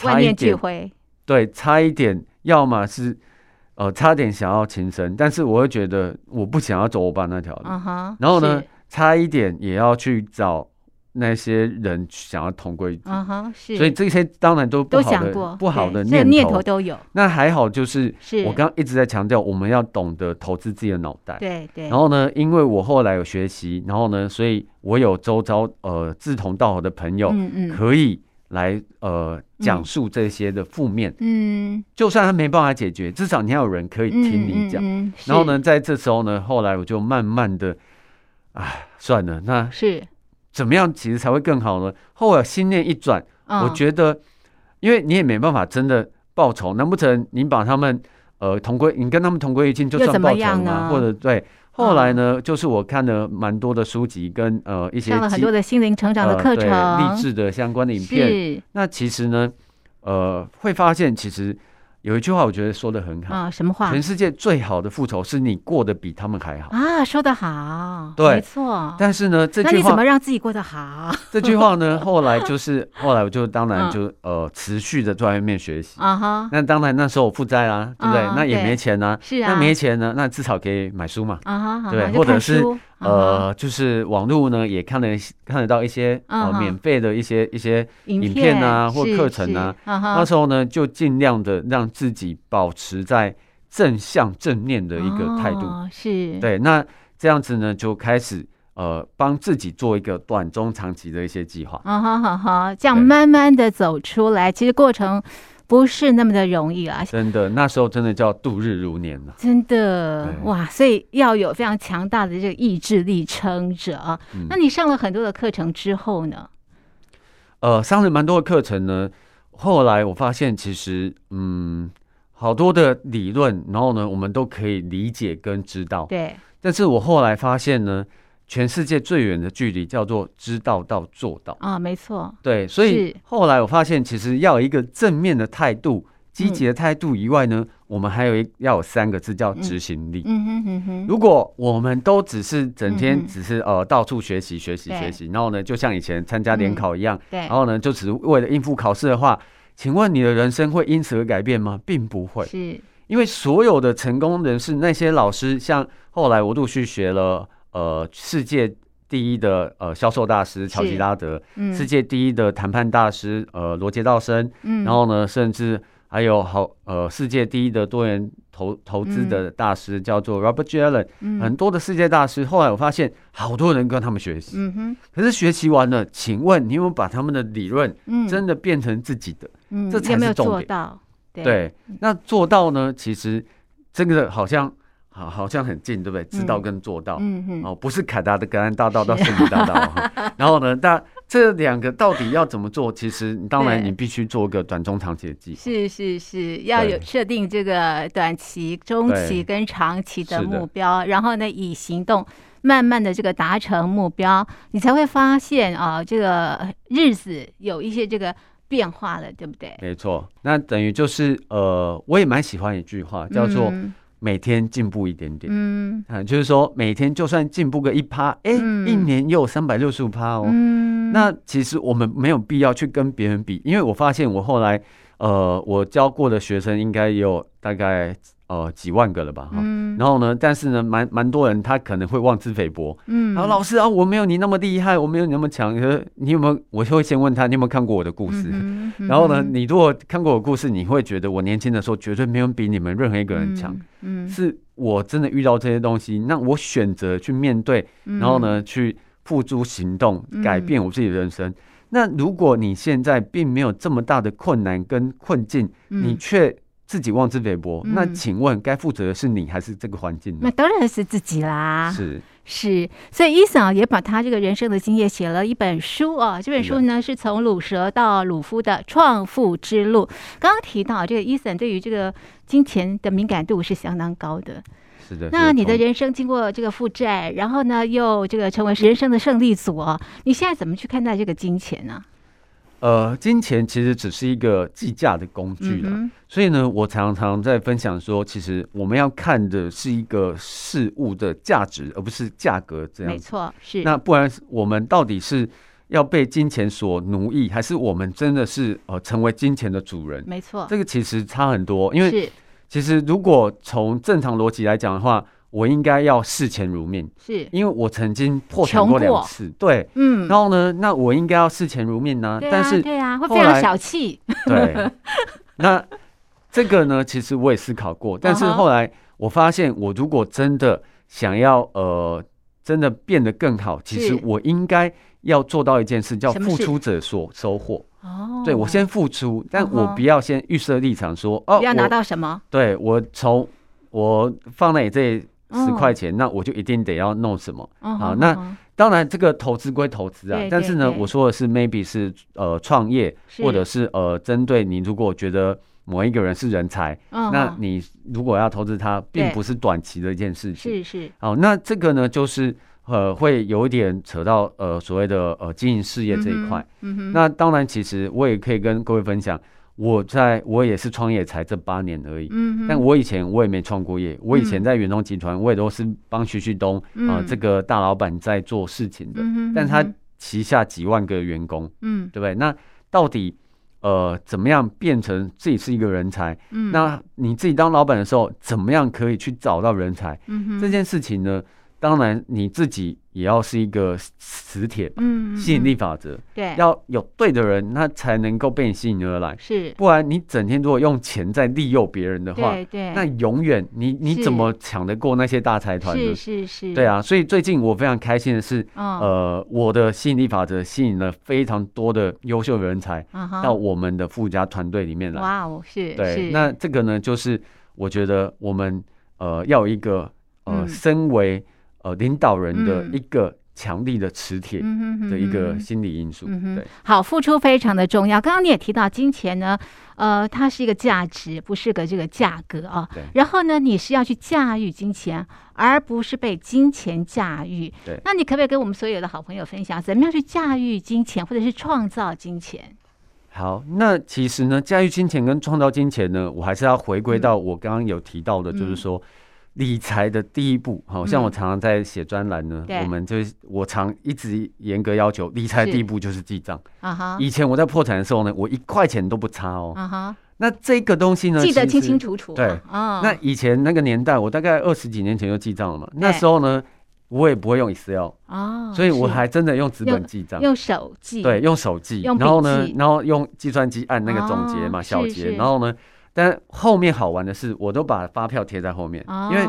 Speaker 1: 万
Speaker 2: 差一
Speaker 1: 念俱
Speaker 2: 点，
Speaker 1: 灰，
Speaker 2: 对，差一点，要么是呃，差点想要轻生，但是我会觉得我不想要走我爸那条路。
Speaker 1: 啊哈。
Speaker 2: 然后呢
Speaker 1: 是，，
Speaker 2: 差一点也要去找那些人想要同归于尽，
Speaker 1: 啊哈，是，
Speaker 2: 所以这些当然都不
Speaker 1: 都
Speaker 2: 好
Speaker 1: 想
Speaker 2: 的
Speaker 1: 过
Speaker 2: 不好的
Speaker 1: 对这念
Speaker 2: 头。
Speaker 1: 都有，
Speaker 2: 那还好，就是
Speaker 1: 是
Speaker 2: 我刚刚一直在强调，我们要懂得投资自己的脑袋。
Speaker 1: 对对，
Speaker 2: 然后呢，因为我后来有学习，然后呢，所以我有周遭呃志同道合的朋友，
Speaker 1: 嗯嗯
Speaker 2: 可以来呃讲述这些的负面，
Speaker 1: 嗯，
Speaker 2: 就算他没办法解决，至少你要有人可以听你讲。
Speaker 1: 嗯，嗯嗯
Speaker 2: 然后呢，在这时候呢，后来我就慢慢的，哎，算了，那
Speaker 1: 是，是
Speaker 2: 怎么样其实才会更好呢？后来心念一转，我
Speaker 1: 嗯
Speaker 2: 觉得，因为你也没办法真的报仇，难不成你把他们呃同归，你跟他们同归于尽就
Speaker 1: 又
Speaker 2: 算
Speaker 1: 怎么
Speaker 2: 报仇
Speaker 1: 样
Speaker 2: 了
Speaker 1: 呢嗯
Speaker 2: 吗？或者对。后来呢，就是我看了蛮多的书籍跟呃一些
Speaker 1: 上了很
Speaker 2: 激
Speaker 1: 多的心灵成长的
Speaker 2: 呃
Speaker 1: 课
Speaker 2: 对
Speaker 1: 程，
Speaker 2: 励志的相关的影片。
Speaker 1: 是
Speaker 2: 那其实呢，呃，会发现其实有一句话，我觉得说的很好：
Speaker 1: 啊，什么话
Speaker 2: 全世界最好的复仇是你过得比他们还好。
Speaker 1: 啊？说得好，
Speaker 2: 对
Speaker 1: 没错。
Speaker 2: 但是呢，这
Speaker 1: 那
Speaker 2: 句
Speaker 1: 你怎
Speaker 2: 话
Speaker 1: 么让自己过得好
Speaker 2: *laughs* 这句话呢，后来就是后来我就当然
Speaker 1: 嗯
Speaker 2: 就呃持续的在外面学习。
Speaker 1: 啊？哈，
Speaker 2: 那当然那时候我负债啦，对不对
Speaker 1: 嗯？
Speaker 2: 那也
Speaker 1: 对
Speaker 2: 没钱啊，
Speaker 1: 是啊，
Speaker 2: 那没钱呢，那至少可以买书嘛。
Speaker 1: 啊哈，啊
Speaker 2: 对
Speaker 1: 哈就
Speaker 2: 或者
Speaker 1: 看
Speaker 2: 是
Speaker 1: 书啊哈
Speaker 2: 呃，就是网络呢也看了一些看得到一些
Speaker 1: 嗯
Speaker 2: 呃
Speaker 1: 嗯
Speaker 2: 免费的一些一些
Speaker 1: 影
Speaker 2: 影片啊或
Speaker 1: 是
Speaker 2: 课程啊，
Speaker 1: 是啊
Speaker 2: 那
Speaker 1: 哈，
Speaker 2: 时候呢，就尽量的让自己保持在正向正念的一个态度。
Speaker 1: 哦是，
Speaker 2: 对，那这样子呢，就开始呃，帮自己做一个短中长期的一些计划。
Speaker 1: 啊哈哈哈，这样
Speaker 2: 对
Speaker 1: 慢慢的走出来，其实过程不是那么的容易啊。
Speaker 2: 真的，那时候真的叫度日如年啊了。
Speaker 1: 真的
Speaker 2: 对
Speaker 1: 哇，所以要有非常强大的这个意志力撑着啊。
Speaker 2: 嗯
Speaker 1: 那你上了很多的课程之后呢？
Speaker 2: 呃，上了蛮多的课程呢，后来我发现其实嗯，好多的理论，然后呢，我们都可以理解跟知道。
Speaker 1: 对，
Speaker 2: 但是我后来发现呢，全世界最远的距离叫做知道到做到。
Speaker 1: 啊，没错，
Speaker 2: 对，所以
Speaker 1: 是
Speaker 2: 后来我发现，其实要有一个正面的态度、积
Speaker 1: 嗯
Speaker 2: 极的态度以外呢，我们还有一要有三个字叫
Speaker 1: 嗯
Speaker 2: 执行力。
Speaker 1: 嗯哼哼哼，
Speaker 2: 如果我们都只是整
Speaker 1: 嗯嗯
Speaker 2: 天只是呃到处学习学习
Speaker 1: 对
Speaker 2: 学习，然后呢，就像以前参加联
Speaker 1: 嗯
Speaker 2: 考一样，
Speaker 1: 对
Speaker 2: 然，后呢，就只是为了应付考试的话，请问你的人生会因此而改变吗？并不会，
Speaker 1: 是，
Speaker 2: 因为所有的成功人士，那些老师，像后来我陆续学了呃世界第一的呃销售大师乔
Speaker 1: 是
Speaker 2: 吉拉德，
Speaker 1: 嗯，
Speaker 2: 世界第一的谈判大师，呃，罗杰道森，
Speaker 1: 嗯，
Speaker 2: 然后呢，甚至还有好呃，世界第一的多元投投资的大师、叫做 Robert j a l l e n
Speaker 1: 嗯
Speaker 2: 很多的世界大师。后来我发现好多人跟他们学习，
Speaker 1: 嗯哼，
Speaker 2: 可是学习完了，请问你有没有把他们的理论
Speaker 1: 嗯，
Speaker 2: 真的变成自己的？
Speaker 1: 嗯，
Speaker 2: 这才
Speaker 1: 有没
Speaker 2: 是
Speaker 1: 有
Speaker 2: 重
Speaker 1: 做
Speaker 2: 点
Speaker 1: 到？对，
Speaker 2: 对，那做到呢？其实这个好像好好像很近，对不对？知道
Speaker 1: 嗯
Speaker 2: 跟做到，
Speaker 1: 嗯哼，
Speaker 2: 哦，不是凯达的格兰大道到圣母大道
Speaker 1: *laughs*
Speaker 2: 哦。然后呢，那这两个到底要怎么做？其实当然
Speaker 1: 对
Speaker 2: 你必须做个短中长期的计划。
Speaker 1: 是是是，要有
Speaker 2: 对
Speaker 1: 设定这个短期、中期
Speaker 2: 对
Speaker 1: 跟长期的
Speaker 2: 是的
Speaker 1: 目标，然后呢，以行动慢慢的这个达成目标，你才会发现啊，这个日子有一些这个变化了，对不对？
Speaker 2: 没错，那等于就是呃，我也蛮喜欢一句话，叫做
Speaker 1: 嗯
Speaker 2: “每天进步一点点”
Speaker 1: 嗯
Speaker 2: 啊，就是说每天就算进步个一趴，哎、
Speaker 1: 嗯
Speaker 2: 一年又三百六十五趴哦。
Speaker 1: 嗯，
Speaker 2: 那其实我们没有必要去跟别人比，因为我发现我后来，呃，我教过的学生应该也有大概呃几万个了吧，哈、
Speaker 1: 嗯
Speaker 2: 然后呢，但是呢，蛮蛮多人他可能会妄自菲薄，
Speaker 1: 嗯，
Speaker 2: 然后老师啊，我没有你那么厉害，我没有你那么强，可是你有没有？我就会先问他，你有没有看过我的故事？
Speaker 1: 嗯哼
Speaker 2: 然后呢，
Speaker 1: 嗯哼
Speaker 2: 你如果看过我的故事，你会觉得我年轻的时候绝对没有比你们任何一个人强，
Speaker 1: 嗯，
Speaker 2: 是我真的遇到这些东西，那我选择去面对，
Speaker 1: 嗯
Speaker 2: 然后，呢，去付诸行动，改
Speaker 1: 嗯
Speaker 2: 变我自己的人生。那如果你现在并没有这么大的困难跟困境，
Speaker 1: 嗯
Speaker 2: 你却自己妄自菲薄，那
Speaker 1: 嗯
Speaker 2: 请问该负责的是你还是这个环境呢
Speaker 1: 那？当然是自己啦，
Speaker 2: 是，
Speaker 1: 是，所以伊嫂也把她这个人生的经验写了一本书啊。这本
Speaker 2: 是
Speaker 1: 书
Speaker 2: 的
Speaker 1: 呢是从鲁蛇到鲁夫的创富之路。刚刚提到这个伊森对于这个金钱的敏感度是相当高的。
Speaker 2: 是的。
Speaker 1: 那
Speaker 2: 是
Speaker 1: 你的
Speaker 2: 从
Speaker 1: 人生经过这个负债，然后呢又这个成为人生的胜利组啊，你现在怎么去看待这个金钱呢、
Speaker 2: 呃，金钱其实只是一个计价的工具了，
Speaker 1: 嗯哼
Speaker 2: 所以呢，我常常在分享说，其实我们要看的是一个事物的价值，而不是价格这样
Speaker 1: 没
Speaker 2: 子。
Speaker 1: 错，是
Speaker 2: 那不然我们到底是要被金钱所奴役，还是我们真的是呃成为金钱的主人？
Speaker 1: 没错，
Speaker 2: 这个其实差很多，因为
Speaker 1: 嗯是
Speaker 2: 其实如果从正常逻辑来讲的话，我应该要视钱如命，
Speaker 1: 是，
Speaker 2: 因为我曾经破产
Speaker 1: 穷
Speaker 2: 过
Speaker 1: 过
Speaker 2: 两次，对。
Speaker 1: 嗯，
Speaker 2: 然后呢，那我应该要视钱如命呢、
Speaker 1: 对
Speaker 2: 但
Speaker 1: 啊，
Speaker 2: 是
Speaker 1: 对啊，会
Speaker 2: 后
Speaker 1: 非常
Speaker 2: 来
Speaker 1: 小气， *laughs*
Speaker 2: 对，那这个呢，其实我也思考过，但是
Speaker 1: 嗯哼
Speaker 2: 后来我发现，我如果真的想要呃，真的变得更好，其实
Speaker 1: 是
Speaker 2: 我应该要做到一件事，叫
Speaker 1: 什么
Speaker 2: 付
Speaker 1: 事
Speaker 2: 出者所收获。
Speaker 1: 哦，
Speaker 2: 对我先付出，但我
Speaker 1: 嗯哼
Speaker 2: 不要先预设立场说哦，
Speaker 1: 不要
Speaker 2: 我
Speaker 1: 拿到什么，
Speaker 2: 对我从我放在你这十
Speaker 1: 嗯
Speaker 2: 块钱，那我就一定得要弄什么。
Speaker 1: 嗯
Speaker 2: 好
Speaker 1: 哼
Speaker 2: 那
Speaker 1: 嗯哼
Speaker 2: 当然，这个投资归投资啊，
Speaker 1: 对
Speaker 2: 但
Speaker 1: 对
Speaker 2: 是呢，
Speaker 1: 对
Speaker 2: 我说的是 maybe 是呃创业，
Speaker 1: 是
Speaker 2: 或者是呃针对你，如果觉得某一个人是人才，
Speaker 1: 嗯
Speaker 2: 那
Speaker 1: 哼
Speaker 2: 你如果要投资他，并
Speaker 1: 对
Speaker 2: 不是短期的一件事
Speaker 1: 是
Speaker 2: 情。
Speaker 1: 是
Speaker 2: 好，那这个呢，就是呃会有一点扯到呃所谓的呃经营事业这一块。，
Speaker 1: 嗯哼嗯哼，
Speaker 2: 那当然，其实我也可以跟各位分享，我在我也是创业才这八年而已。
Speaker 1: 嗯哼，
Speaker 2: 但我以前我也没创过业，我以前
Speaker 1: 嗯
Speaker 2: 在远东集团，我也都是帮徐旭东啊、呃
Speaker 1: 嗯
Speaker 2: 这个大老板在做事情的，
Speaker 1: 嗯哼，
Speaker 2: 但
Speaker 1: 嗯
Speaker 2: 他
Speaker 1: 哼
Speaker 2: 旗下几万个员工，
Speaker 1: 嗯
Speaker 2: 对不对？那到底呃怎么样变成自己是一个人才？
Speaker 1: 嗯，
Speaker 2: 那你自己当老板的时候，怎么样可以去找到人才、
Speaker 1: 嗯哼
Speaker 2: 这件事情呢？当然你自己也要是一个磁铁吧，
Speaker 1: 嗯嗯
Speaker 2: 吸引
Speaker 1: 嗯
Speaker 2: 力法则，
Speaker 1: 对
Speaker 2: 要有对的人，那才能够被你吸引而来。
Speaker 1: 是，
Speaker 2: 不然你整天如果用钱在利诱别人的话，
Speaker 1: 对对，
Speaker 2: 那永远你你
Speaker 1: 是
Speaker 2: 怎么抢得过那些大财团呢
Speaker 1: 是？是是，
Speaker 2: 对，啊，所以最近我非常开心的是，
Speaker 1: 嗯
Speaker 2: 呃，我的吸引力法则吸引了非常多的优秀人才
Speaker 1: 嗯哼，
Speaker 2: 到我们的附加团队里面来。
Speaker 1: 哇哦，是
Speaker 2: 对，
Speaker 1: 是
Speaker 2: 那这个呢，就是我觉得我们呃要有一个呃
Speaker 1: 嗯
Speaker 2: 身为呃领导人的
Speaker 1: 嗯
Speaker 2: 一个强力的磁铁
Speaker 1: 嗯哼
Speaker 2: 的一
Speaker 1: 嗯
Speaker 2: 个
Speaker 1: 哼
Speaker 2: 心理因素。
Speaker 1: 嗯哼
Speaker 2: 对，
Speaker 1: 好，付出非常的重要。刚刚你也提到，金钱呢，呃，它是一个价值，不是个这个价格啊
Speaker 2: 对。
Speaker 1: 然后呢，你是要去驾驭金钱，而不是被金钱驾驭。
Speaker 2: 对
Speaker 1: 那你可不可以跟我们所有的好朋友分享，怎么样去驾驭金钱，或者是创造金钱？
Speaker 2: 好，那其实呢，驾驭金钱跟创造金钱呢，我还是要回归
Speaker 1: 嗯
Speaker 2: 到我刚刚有提到的，就是
Speaker 1: 嗯
Speaker 2: 说、理财的第一步。好、像我
Speaker 1: 嗯
Speaker 2: 常常在写专栏呢，
Speaker 1: 对
Speaker 2: 我们就是我常一直严格要求理财
Speaker 1: 是
Speaker 2: 的第一步就是记账。
Speaker 1: 啊哈，
Speaker 2: 以前我在破产的时候呢，我一块钱都不差哦。
Speaker 1: 啊哈，
Speaker 2: 那这个东西呢，
Speaker 1: 记得
Speaker 2: 其
Speaker 1: 清
Speaker 2: 实
Speaker 1: 清。楚楚啊。
Speaker 2: 对
Speaker 1: 啊，
Speaker 2: 那以前那个年代，我大概二十几年前就记账了嘛。那
Speaker 1: 对
Speaker 2: 时候呢，我也不会用 Excel，、
Speaker 1: 哦，
Speaker 2: 所以我
Speaker 1: 是
Speaker 2: 还真的用纸本
Speaker 1: 用
Speaker 2: 记账。
Speaker 1: 用手记。
Speaker 2: 对，，用手记，
Speaker 1: 用
Speaker 2: 然后
Speaker 1: 笔
Speaker 2: 呢
Speaker 1: 记，
Speaker 2: 然后用计算机按那个总结嘛，
Speaker 1: 哦
Speaker 2: 小
Speaker 1: 是
Speaker 2: 结，
Speaker 1: 是
Speaker 2: 然后呢，但后面好玩的是，我都把发票贴在后面，
Speaker 1: 哦，
Speaker 2: 因为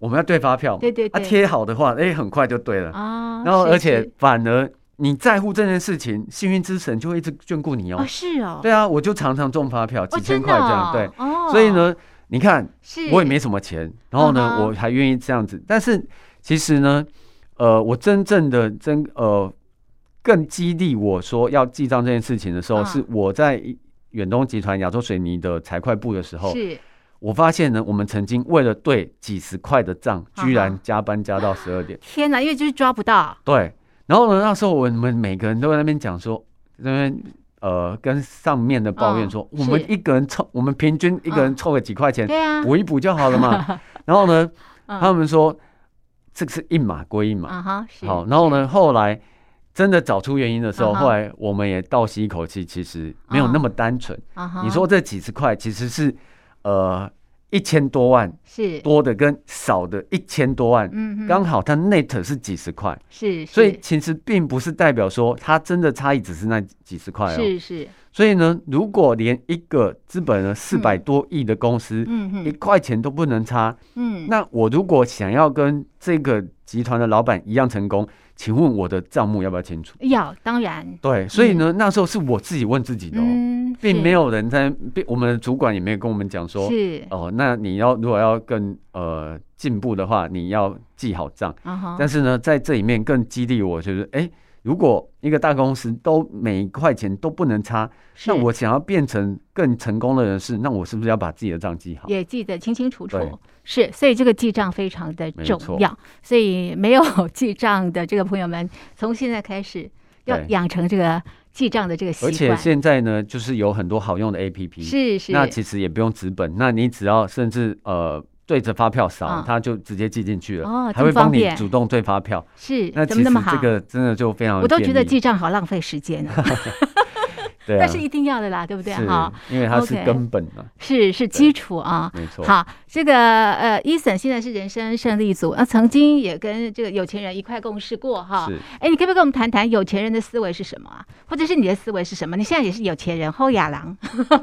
Speaker 2: 我们要对发票嘛，
Speaker 1: 对对
Speaker 2: 啊，
Speaker 1: 对
Speaker 2: 贴好的话，哎、很快就对了，
Speaker 1: 啊，
Speaker 2: 然后
Speaker 1: 是
Speaker 2: 而且
Speaker 1: 是
Speaker 2: 反而你在乎这件事情，幸运之神就会一直眷顾你哦。
Speaker 1: 哦是哦，
Speaker 2: 对啊，我就常常中发票，
Speaker 1: 哦
Speaker 2: 几
Speaker 1: 真
Speaker 2: 千
Speaker 1: 的
Speaker 2: 块这
Speaker 1: 哦
Speaker 2: 样，对，
Speaker 1: 哦，
Speaker 2: 所以呢，你看
Speaker 1: 是
Speaker 2: 我也没什么钱，然后
Speaker 1: 嗯，
Speaker 2: 呢
Speaker 1: 哼
Speaker 2: 我还愿意这样子。但是其实呢，呃，我真正的真呃更激励我说要记账这件事情的时候，
Speaker 1: 嗯
Speaker 2: 是我在远东集团亚洲水泥的财会部的时候，
Speaker 1: 是
Speaker 2: 我发现呢，我们曾经为了对几十块的账，
Speaker 1: 嗯哼
Speaker 2: 居然加班加到十二点。
Speaker 1: 天哪，因为就是抓不到，
Speaker 2: 对，然后呢，那时候我们每个人都在那边讲说，那边。呃，跟上面的抱怨
Speaker 1: 嗯
Speaker 2: 说，
Speaker 1: 是
Speaker 2: 我们一个人凑，我们平均一个人
Speaker 1: 嗯
Speaker 2: 凑个几块钱，
Speaker 1: 对啊，
Speaker 2: 补一补就好了
Speaker 1: *laughs*
Speaker 2: 嘛。然后呢，他
Speaker 1: 嗯
Speaker 2: 们说这个是一码归一码。
Speaker 1: 啊哈，是
Speaker 2: 好，然后呢，后来真的找出原因的时候，
Speaker 1: 嗯哼
Speaker 2: 后来我们也倒吸一口气，其实没有那么单纯。
Speaker 1: 啊哈，
Speaker 2: 你说这几十块其实是呃一千多万
Speaker 1: 是，
Speaker 2: 多的跟少的一千多万，
Speaker 1: 嗯哼，
Speaker 2: 刚好它 net 是几十块，
Speaker 1: 是，
Speaker 2: 所以
Speaker 1: 是
Speaker 2: 其实并不是代表说它真的差异只是那几十块哦。
Speaker 1: 是是，
Speaker 2: 所以呢，如果连一个资本呢四百
Speaker 1: 嗯
Speaker 2: 多亿的公司，
Speaker 1: 嗯
Speaker 2: 一
Speaker 1: 哼，
Speaker 2: 块钱都不能差。
Speaker 1: 嗯，
Speaker 2: *laughs* 那我如果想要跟这个集团的老板一样成功，请问我的账目要不要清楚？
Speaker 1: 要当然，
Speaker 2: 对，所以呢，那时候是我自己问自己的、哦，
Speaker 1: 嗯，
Speaker 2: 并
Speaker 1: 是
Speaker 2: 没有人在，并我们的主管也没有跟我们讲说，
Speaker 1: 是
Speaker 2: 哦，那你要如果要更呃进步的话，你要记好账。
Speaker 1: 啊哈，
Speaker 2: 但是呢，在这里面更激励我，就是哎。诶如果一个大公司都每一块钱都不能差，
Speaker 1: 是
Speaker 2: 那我想要变成更成功的人士，那我是不是要把自己的账记好？
Speaker 1: 也记得清清楚
Speaker 2: 对
Speaker 1: 楚。是，所以这个记账非常的
Speaker 2: 没
Speaker 1: 重
Speaker 2: 错
Speaker 1: 要。所以没有 *laughs* 记账的这个朋友们，从现在开始要
Speaker 2: 对
Speaker 1: 养成这个记账的这个习
Speaker 2: 而且
Speaker 1: 惯。
Speaker 2: 现在呢，就是有很多好用的 APP，
Speaker 1: 是是，
Speaker 2: 那其实也不用纸本，那你只要甚至呃对着发票扫，
Speaker 1: 嗯
Speaker 2: 它就直接寄进去了，
Speaker 1: 哦
Speaker 2: 还
Speaker 1: 这么
Speaker 2: 会帮
Speaker 1: 方
Speaker 2: 你
Speaker 1: 便
Speaker 2: 主动对发票。
Speaker 1: 是
Speaker 2: 那
Speaker 1: 怎么
Speaker 2: 其实
Speaker 1: 那么好
Speaker 2: 这？个真的就非常，
Speaker 1: 我都觉得记。账好浪费时间啊。
Speaker 2: *laughs* 对啊
Speaker 1: 但是一定要的啦，对不对？
Speaker 2: 是
Speaker 1: 哈，，
Speaker 2: 因为它是
Speaker 1: OK
Speaker 2: 根本嘛，
Speaker 1: 是是基础啊。
Speaker 2: 没错。
Speaker 1: 好，这个呃，伊森现在是人生胜利组，那、啊曾经也跟这个有钱人一块共事过哈。
Speaker 2: 是
Speaker 1: 哎，你可不可以跟我们谈谈有钱人的思维是什么啊？或者是你的思维是什么？你现在也是有钱人，后亚郎。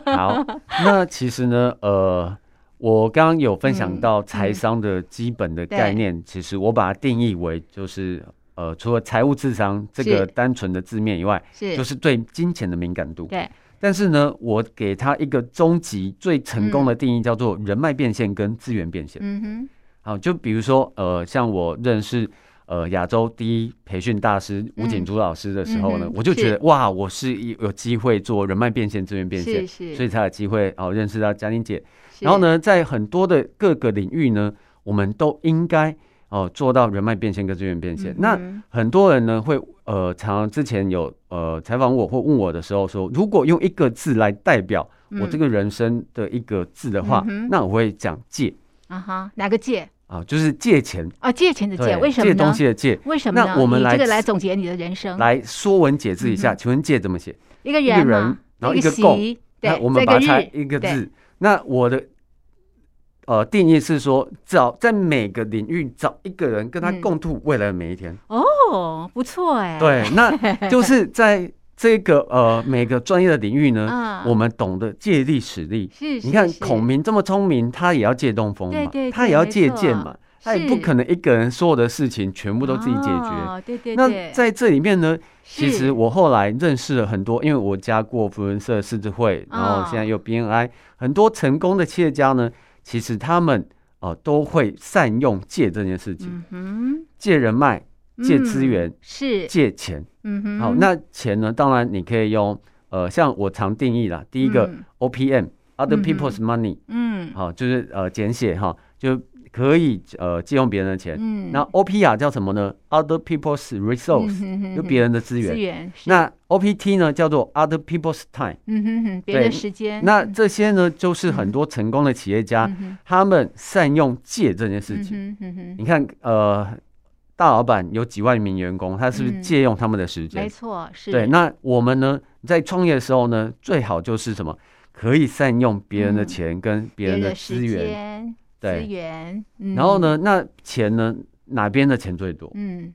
Speaker 2: 好，那其实呢，呃，我刚刚有分
Speaker 1: 嗯
Speaker 2: 享到财商的基本的概念，其实我把它定义为就是呃，除了财务智商这
Speaker 1: 是
Speaker 2: 个单纯的字面以外，
Speaker 1: 是，
Speaker 2: 就是对金钱的敏感度。
Speaker 1: 对，
Speaker 2: 但是呢，我给它一个终极最成功的定义，叫做人脉变现跟资源变现。
Speaker 1: 嗯哼，
Speaker 2: 好，就比如说呃，像我认识。呃，亚洲第一培训大师吴
Speaker 1: 嗯
Speaker 2: 景珠老师的时候呢，
Speaker 1: 嗯哼
Speaker 2: 我就是觉得哇，我是一有机会做人脉变现、资源变现
Speaker 1: 是，是，
Speaker 2: 所以才有机会哦认识到嘉玲姐。
Speaker 1: 是
Speaker 2: 然后？呢，在很多的各个领域呢，我们都应该哦做到人脉变现跟资源变现。
Speaker 1: 嗯
Speaker 2: 那
Speaker 1: 哼
Speaker 2: 很多人呢会呃，常常之前有呃采访我或问我的时候说，如果用一个字来代表我这
Speaker 1: 嗯
Speaker 2: 个人生的一个字的话，
Speaker 1: 嗯哼
Speaker 2: 那我会讲借
Speaker 1: 啊哈，哪个借？
Speaker 2: 啊、就是借钱，
Speaker 1: 哦，借钱的借，
Speaker 2: 对
Speaker 1: 为什么
Speaker 2: 借
Speaker 1: 呢？嗯
Speaker 2: 东西的借。
Speaker 1: 为什么呢？
Speaker 2: 那我们
Speaker 1: 以
Speaker 2: 来
Speaker 1: 这个来总结你的人生，
Speaker 2: 来，说文解字一
Speaker 1: 嗯
Speaker 2: 下，请问借怎么写？
Speaker 1: 一个
Speaker 2: 一个
Speaker 1: 人
Speaker 2: 人
Speaker 1: 嘛，
Speaker 2: 然后
Speaker 1: 一
Speaker 2: 一个够
Speaker 1: 席，
Speaker 2: 那
Speaker 1: 对，
Speaker 2: 我们
Speaker 1: 这
Speaker 2: 把
Speaker 1: 个
Speaker 2: 它
Speaker 1: 日，
Speaker 2: 一个
Speaker 1: 对
Speaker 2: 字。那我的呃定义是说，找在每个领域找一个人跟他
Speaker 1: 嗯
Speaker 2: 共度未来的每一天。
Speaker 1: 哦，不错哎，，
Speaker 2: 对，那就是在这个呃每个专业的领域呢，
Speaker 1: 啊，
Speaker 2: 我们懂得借力使力。
Speaker 1: 是，
Speaker 2: 你看
Speaker 1: 是
Speaker 2: 孔，明这么聪明，他也要借东风
Speaker 1: 对
Speaker 2: 嘛
Speaker 1: 对，
Speaker 2: 他
Speaker 1: 对
Speaker 2: 也要
Speaker 1: 没
Speaker 2: 借
Speaker 1: 错
Speaker 2: 鉴嘛，他也不
Speaker 1: 是
Speaker 2: 可能一个人所有的事情全部
Speaker 1: 不
Speaker 2: 都自己解决。
Speaker 1: 对哦对
Speaker 2: 那
Speaker 1: 对，
Speaker 2: 在这里面呢，其
Speaker 1: 是
Speaker 2: 实我后来认识了很多，因为我加过福伦社狮子会，
Speaker 1: 啊
Speaker 2: 然后现在又 BNI，、很多成功的企业家呢，其实他们呃都会善用借这件事情，
Speaker 1: 嗯哼，
Speaker 2: 借人脉、借资源、
Speaker 1: 嗯是，
Speaker 2: 借钱。
Speaker 1: 嗯哼，
Speaker 2: 好，那钱呢，当然你可以用呃，像我常定义啦，第一个
Speaker 1: 嗯
Speaker 2: OPM、Other
Speaker 1: 嗯哼
Speaker 2: People's Money，
Speaker 1: 嗯
Speaker 2: 好、就是呃简写哈，就可以呃借用别人的钱。
Speaker 1: 嗯，
Speaker 2: 那 OPR 叫什么呢？Other People's Resource，、
Speaker 1: 嗯
Speaker 2: 就别人的资
Speaker 1: 资
Speaker 2: 源。
Speaker 1: 源，是
Speaker 2: 那 OPT 呢，叫做 Other People's Time。
Speaker 1: 嗯哼哼，别的
Speaker 2: 对
Speaker 1: 时间，
Speaker 2: 那
Speaker 1: 嗯
Speaker 2: 这些呢，就是很多成功的企业家，
Speaker 1: 嗯哼
Speaker 2: 他们善用借这件事情。
Speaker 1: 嗯哼嗯哼，
Speaker 2: 你看，呃，大老板有几万名员工，他是不
Speaker 1: 嗯
Speaker 2: 是借用他们的时
Speaker 1: 没
Speaker 2: 间？
Speaker 1: 错，是，
Speaker 2: 对。那我们呢，在创业的时候呢，最好就是什么？可以善用别人的
Speaker 1: 嗯
Speaker 2: 钱跟
Speaker 1: 别
Speaker 2: 别人的
Speaker 1: 的时
Speaker 2: 资源。
Speaker 1: 间，资
Speaker 2: 对。
Speaker 1: 源，
Speaker 2: 然后
Speaker 1: 嗯？
Speaker 2: 呢，那钱呢，哪边的钱最多？
Speaker 1: 嗯，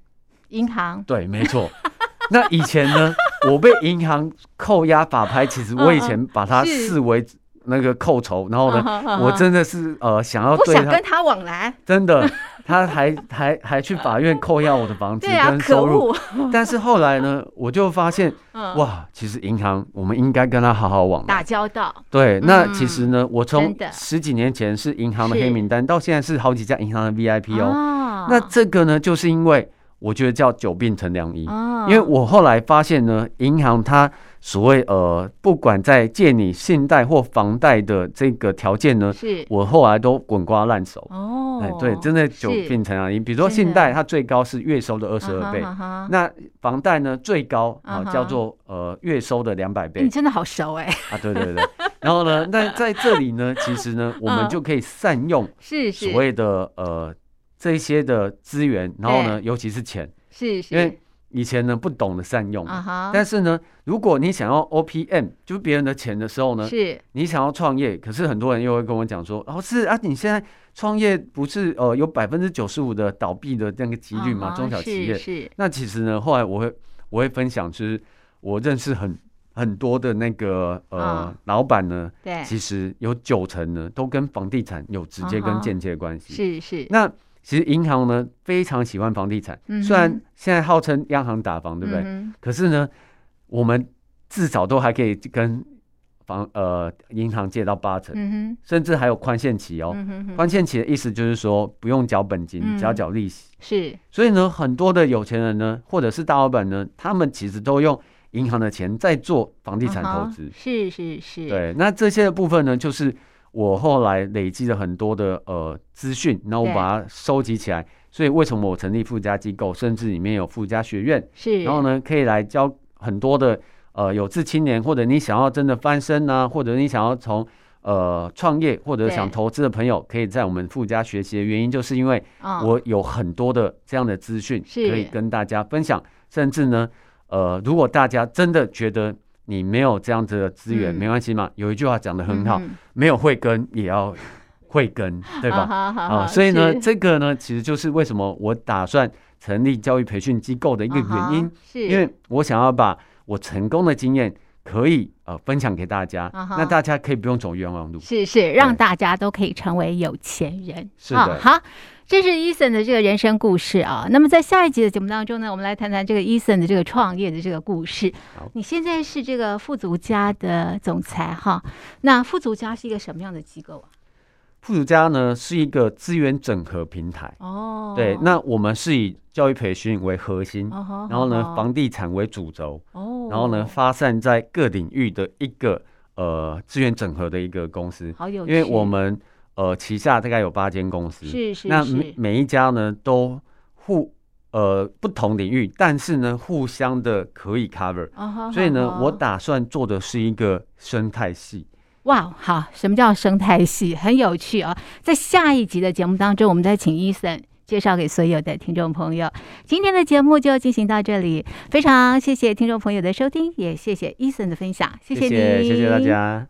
Speaker 1: 银行，
Speaker 2: 对，没错。 *laughs* 那以前呢，我被银行扣押法拍，其实我以前把
Speaker 1: *laughs*
Speaker 2: 它
Speaker 1: 是啊
Speaker 2: 视为那个扣酬，然后呢，
Speaker 1: *laughs*
Speaker 2: 我
Speaker 1: 我
Speaker 2: 真的是呃想要
Speaker 1: 不
Speaker 2: 对
Speaker 1: 想
Speaker 2: 他
Speaker 1: 跟他往来，
Speaker 2: 真的，他还还还去法院扣押我的房子
Speaker 1: *laughs* 对啊，
Speaker 2: 跟
Speaker 1: 可
Speaker 2: 收入。
Speaker 1: 恶，
Speaker 2: 但是后来呢，
Speaker 1: *laughs*
Speaker 2: 我就发现
Speaker 1: 嗯，
Speaker 2: 哇，其实银行我们应该跟他好好往来。
Speaker 1: 打交道，
Speaker 2: 对，那
Speaker 1: 嗯
Speaker 2: 其实呢，我从
Speaker 1: 真的
Speaker 2: 十几年前是银行的
Speaker 1: 是
Speaker 2: 黑名单，到现在是好几家银行的 VIP 哦。
Speaker 1: 哦
Speaker 2: 那这个呢，就是因为我觉得叫久病成良医。
Speaker 1: 哦
Speaker 2: 因为我后来发现呢，银行它所谓呃，不管在借你信贷或房贷的这个条件呢，
Speaker 1: 是
Speaker 2: 我后来都滚瓜烂熟。
Speaker 1: 哦
Speaker 2: 哎，对，真的久
Speaker 1: 是
Speaker 2: 病成良医。比如说
Speaker 1: 真
Speaker 2: 信
Speaker 1: 的
Speaker 2: 贷，它最高是月收的二十二倍，
Speaker 1: 啊哈啊哈
Speaker 2: 那房贷呢最高
Speaker 1: 啊
Speaker 2: 啊、
Speaker 1: 哈
Speaker 2: 叫做呃月收的两
Speaker 1: *laughs*
Speaker 2: 百倍
Speaker 1: 你真的好熟
Speaker 2: *laughs*
Speaker 1: 哎，
Speaker 2: 啊，对对对。然后呢，那在这里呢，其实呢，我
Speaker 1: 嗯
Speaker 2: 们就可以善用
Speaker 1: 是是
Speaker 2: 所谓的呃这些的资源，然后呢，尤其是钱，
Speaker 1: 是是，
Speaker 2: 因为以前呢不懂得善用嘛。
Speaker 1: 啊哈，
Speaker 2: 但是呢，如果你想要 OPM，就是别人的钱的时候呢，
Speaker 1: 是
Speaker 2: 你想要创业，可是很多人又会跟我讲说，哦，是啊，你现在创业不是呃有百分之九十五的倒闭的那个几率嘛
Speaker 1: 啊哈
Speaker 2: 中小企
Speaker 1: 是
Speaker 2: 业。
Speaker 1: 是
Speaker 2: 那其实呢，后来我会我会分享，就是我认识很很多的那个呃、
Speaker 1: 啊
Speaker 2: 老板呢，
Speaker 1: 对，
Speaker 2: 其实有九成呢都跟房地产有直接
Speaker 1: 啊哈
Speaker 2: 跟间接的关系。
Speaker 1: 是是，
Speaker 2: 那其实银行呢非常喜欢房地产，
Speaker 1: 嗯哼
Speaker 2: 虽然现在号称央行打房，对不对？
Speaker 1: 嗯
Speaker 2: 可是呢，我们至少都还可以跟房呃银行借到八
Speaker 1: 哼
Speaker 2: 成，
Speaker 1: 嗯
Speaker 2: 甚至还有宽限期
Speaker 1: 哼
Speaker 2: 哦。
Speaker 1: 嗯哼哼，
Speaker 2: 宽限期的意思就是说不用缴本金，
Speaker 1: 嗯
Speaker 2: 只要缴利息。
Speaker 1: 是
Speaker 2: 所以呢，很多的有钱人呢，或者是大老板呢，他们其实都用银行的钱在做房地产
Speaker 1: 啊
Speaker 2: 投
Speaker 1: 哈
Speaker 2: 资。
Speaker 1: 是是是，
Speaker 2: 对，那这些的部分呢，就是我后来累积了很多的呃资讯，然后我
Speaker 1: 对
Speaker 2: 把它收集起来。所以为什么我成立附加机构，甚至里面有附加学院，
Speaker 1: 是，
Speaker 2: 然后呢，可以来教很多的呃有志青年，或者你想要真的翻身呐、或者你想要从呃创业或者
Speaker 1: 对
Speaker 2: 想投资的朋友，可以在我们附加学习的原因，就是因为
Speaker 1: 啊
Speaker 2: 我有很多的这样的资讯
Speaker 1: 是
Speaker 2: 可以跟大家分享，甚至呢，呃，如果大家真的觉得你没有这样子的资源、
Speaker 1: 嗯
Speaker 2: 没关系嘛。有一句话讲的很好，
Speaker 1: 嗯
Speaker 2: 没有慧根也要
Speaker 1: *laughs*
Speaker 2: 慧根，对吧？
Speaker 1: 好好好
Speaker 2: 啊，
Speaker 1: 好
Speaker 2: 所以呢，
Speaker 1: 是
Speaker 2: 这个呢，其实就是为什么我打算成立教育培训机构的一个原因，
Speaker 1: 啊哈是
Speaker 2: 因为我想要把我成功的经验可以呃分享给大家，
Speaker 1: 啊哈
Speaker 2: 那大家可以不用走冤枉路。
Speaker 1: 是是，让
Speaker 2: 对
Speaker 1: 大家都可以成为有钱人。
Speaker 2: 是
Speaker 1: 啊
Speaker 2: 的，
Speaker 1: 好，这是 Eason 的这个人生故事啊。那么在下一集的节目当中呢，我们来谈谈这个 Eason 的这个创业的这个故事
Speaker 2: 好。
Speaker 1: 你现在是这个富足家的总裁哈，那富足家是一个什么样的机构啊？
Speaker 2: 富足家呢是一个资源整合平台，
Speaker 1: 哦，
Speaker 2: 对，那我们是以教育培训为核心，
Speaker 1: 哦好
Speaker 2: 然后呢，
Speaker 1: 好
Speaker 2: 房地产为主轴，
Speaker 1: 哦，
Speaker 2: 然后呢，发散在各领域的一个呃资源整合的一个公司，
Speaker 1: 好有
Speaker 2: 因
Speaker 1: 趣，
Speaker 2: 为我们呃旗下大概有八间公司，
Speaker 1: 是是
Speaker 2: 那每
Speaker 1: 是
Speaker 2: 每一家呢都互呃不同领域，但是呢互相的可以 cover，
Speaker 1: 哦好
Speaker 2: 所以呢
Speaker 1: 好，好
Speaker 2: 我打算做的是一个生态系。
Speaker 1: 哇，好，什么叫生态系？很有趣啊！在下一集的节目当中，我们再请伊森介绍给所有的听众朋友。今天的节目就进行到这里，非常谢谢听众朋友的收听，也谢谢伊森的分享，谢
Speaker 2: 谢
Speaker 1: 你，
Speaker 2: 谢谢大。家。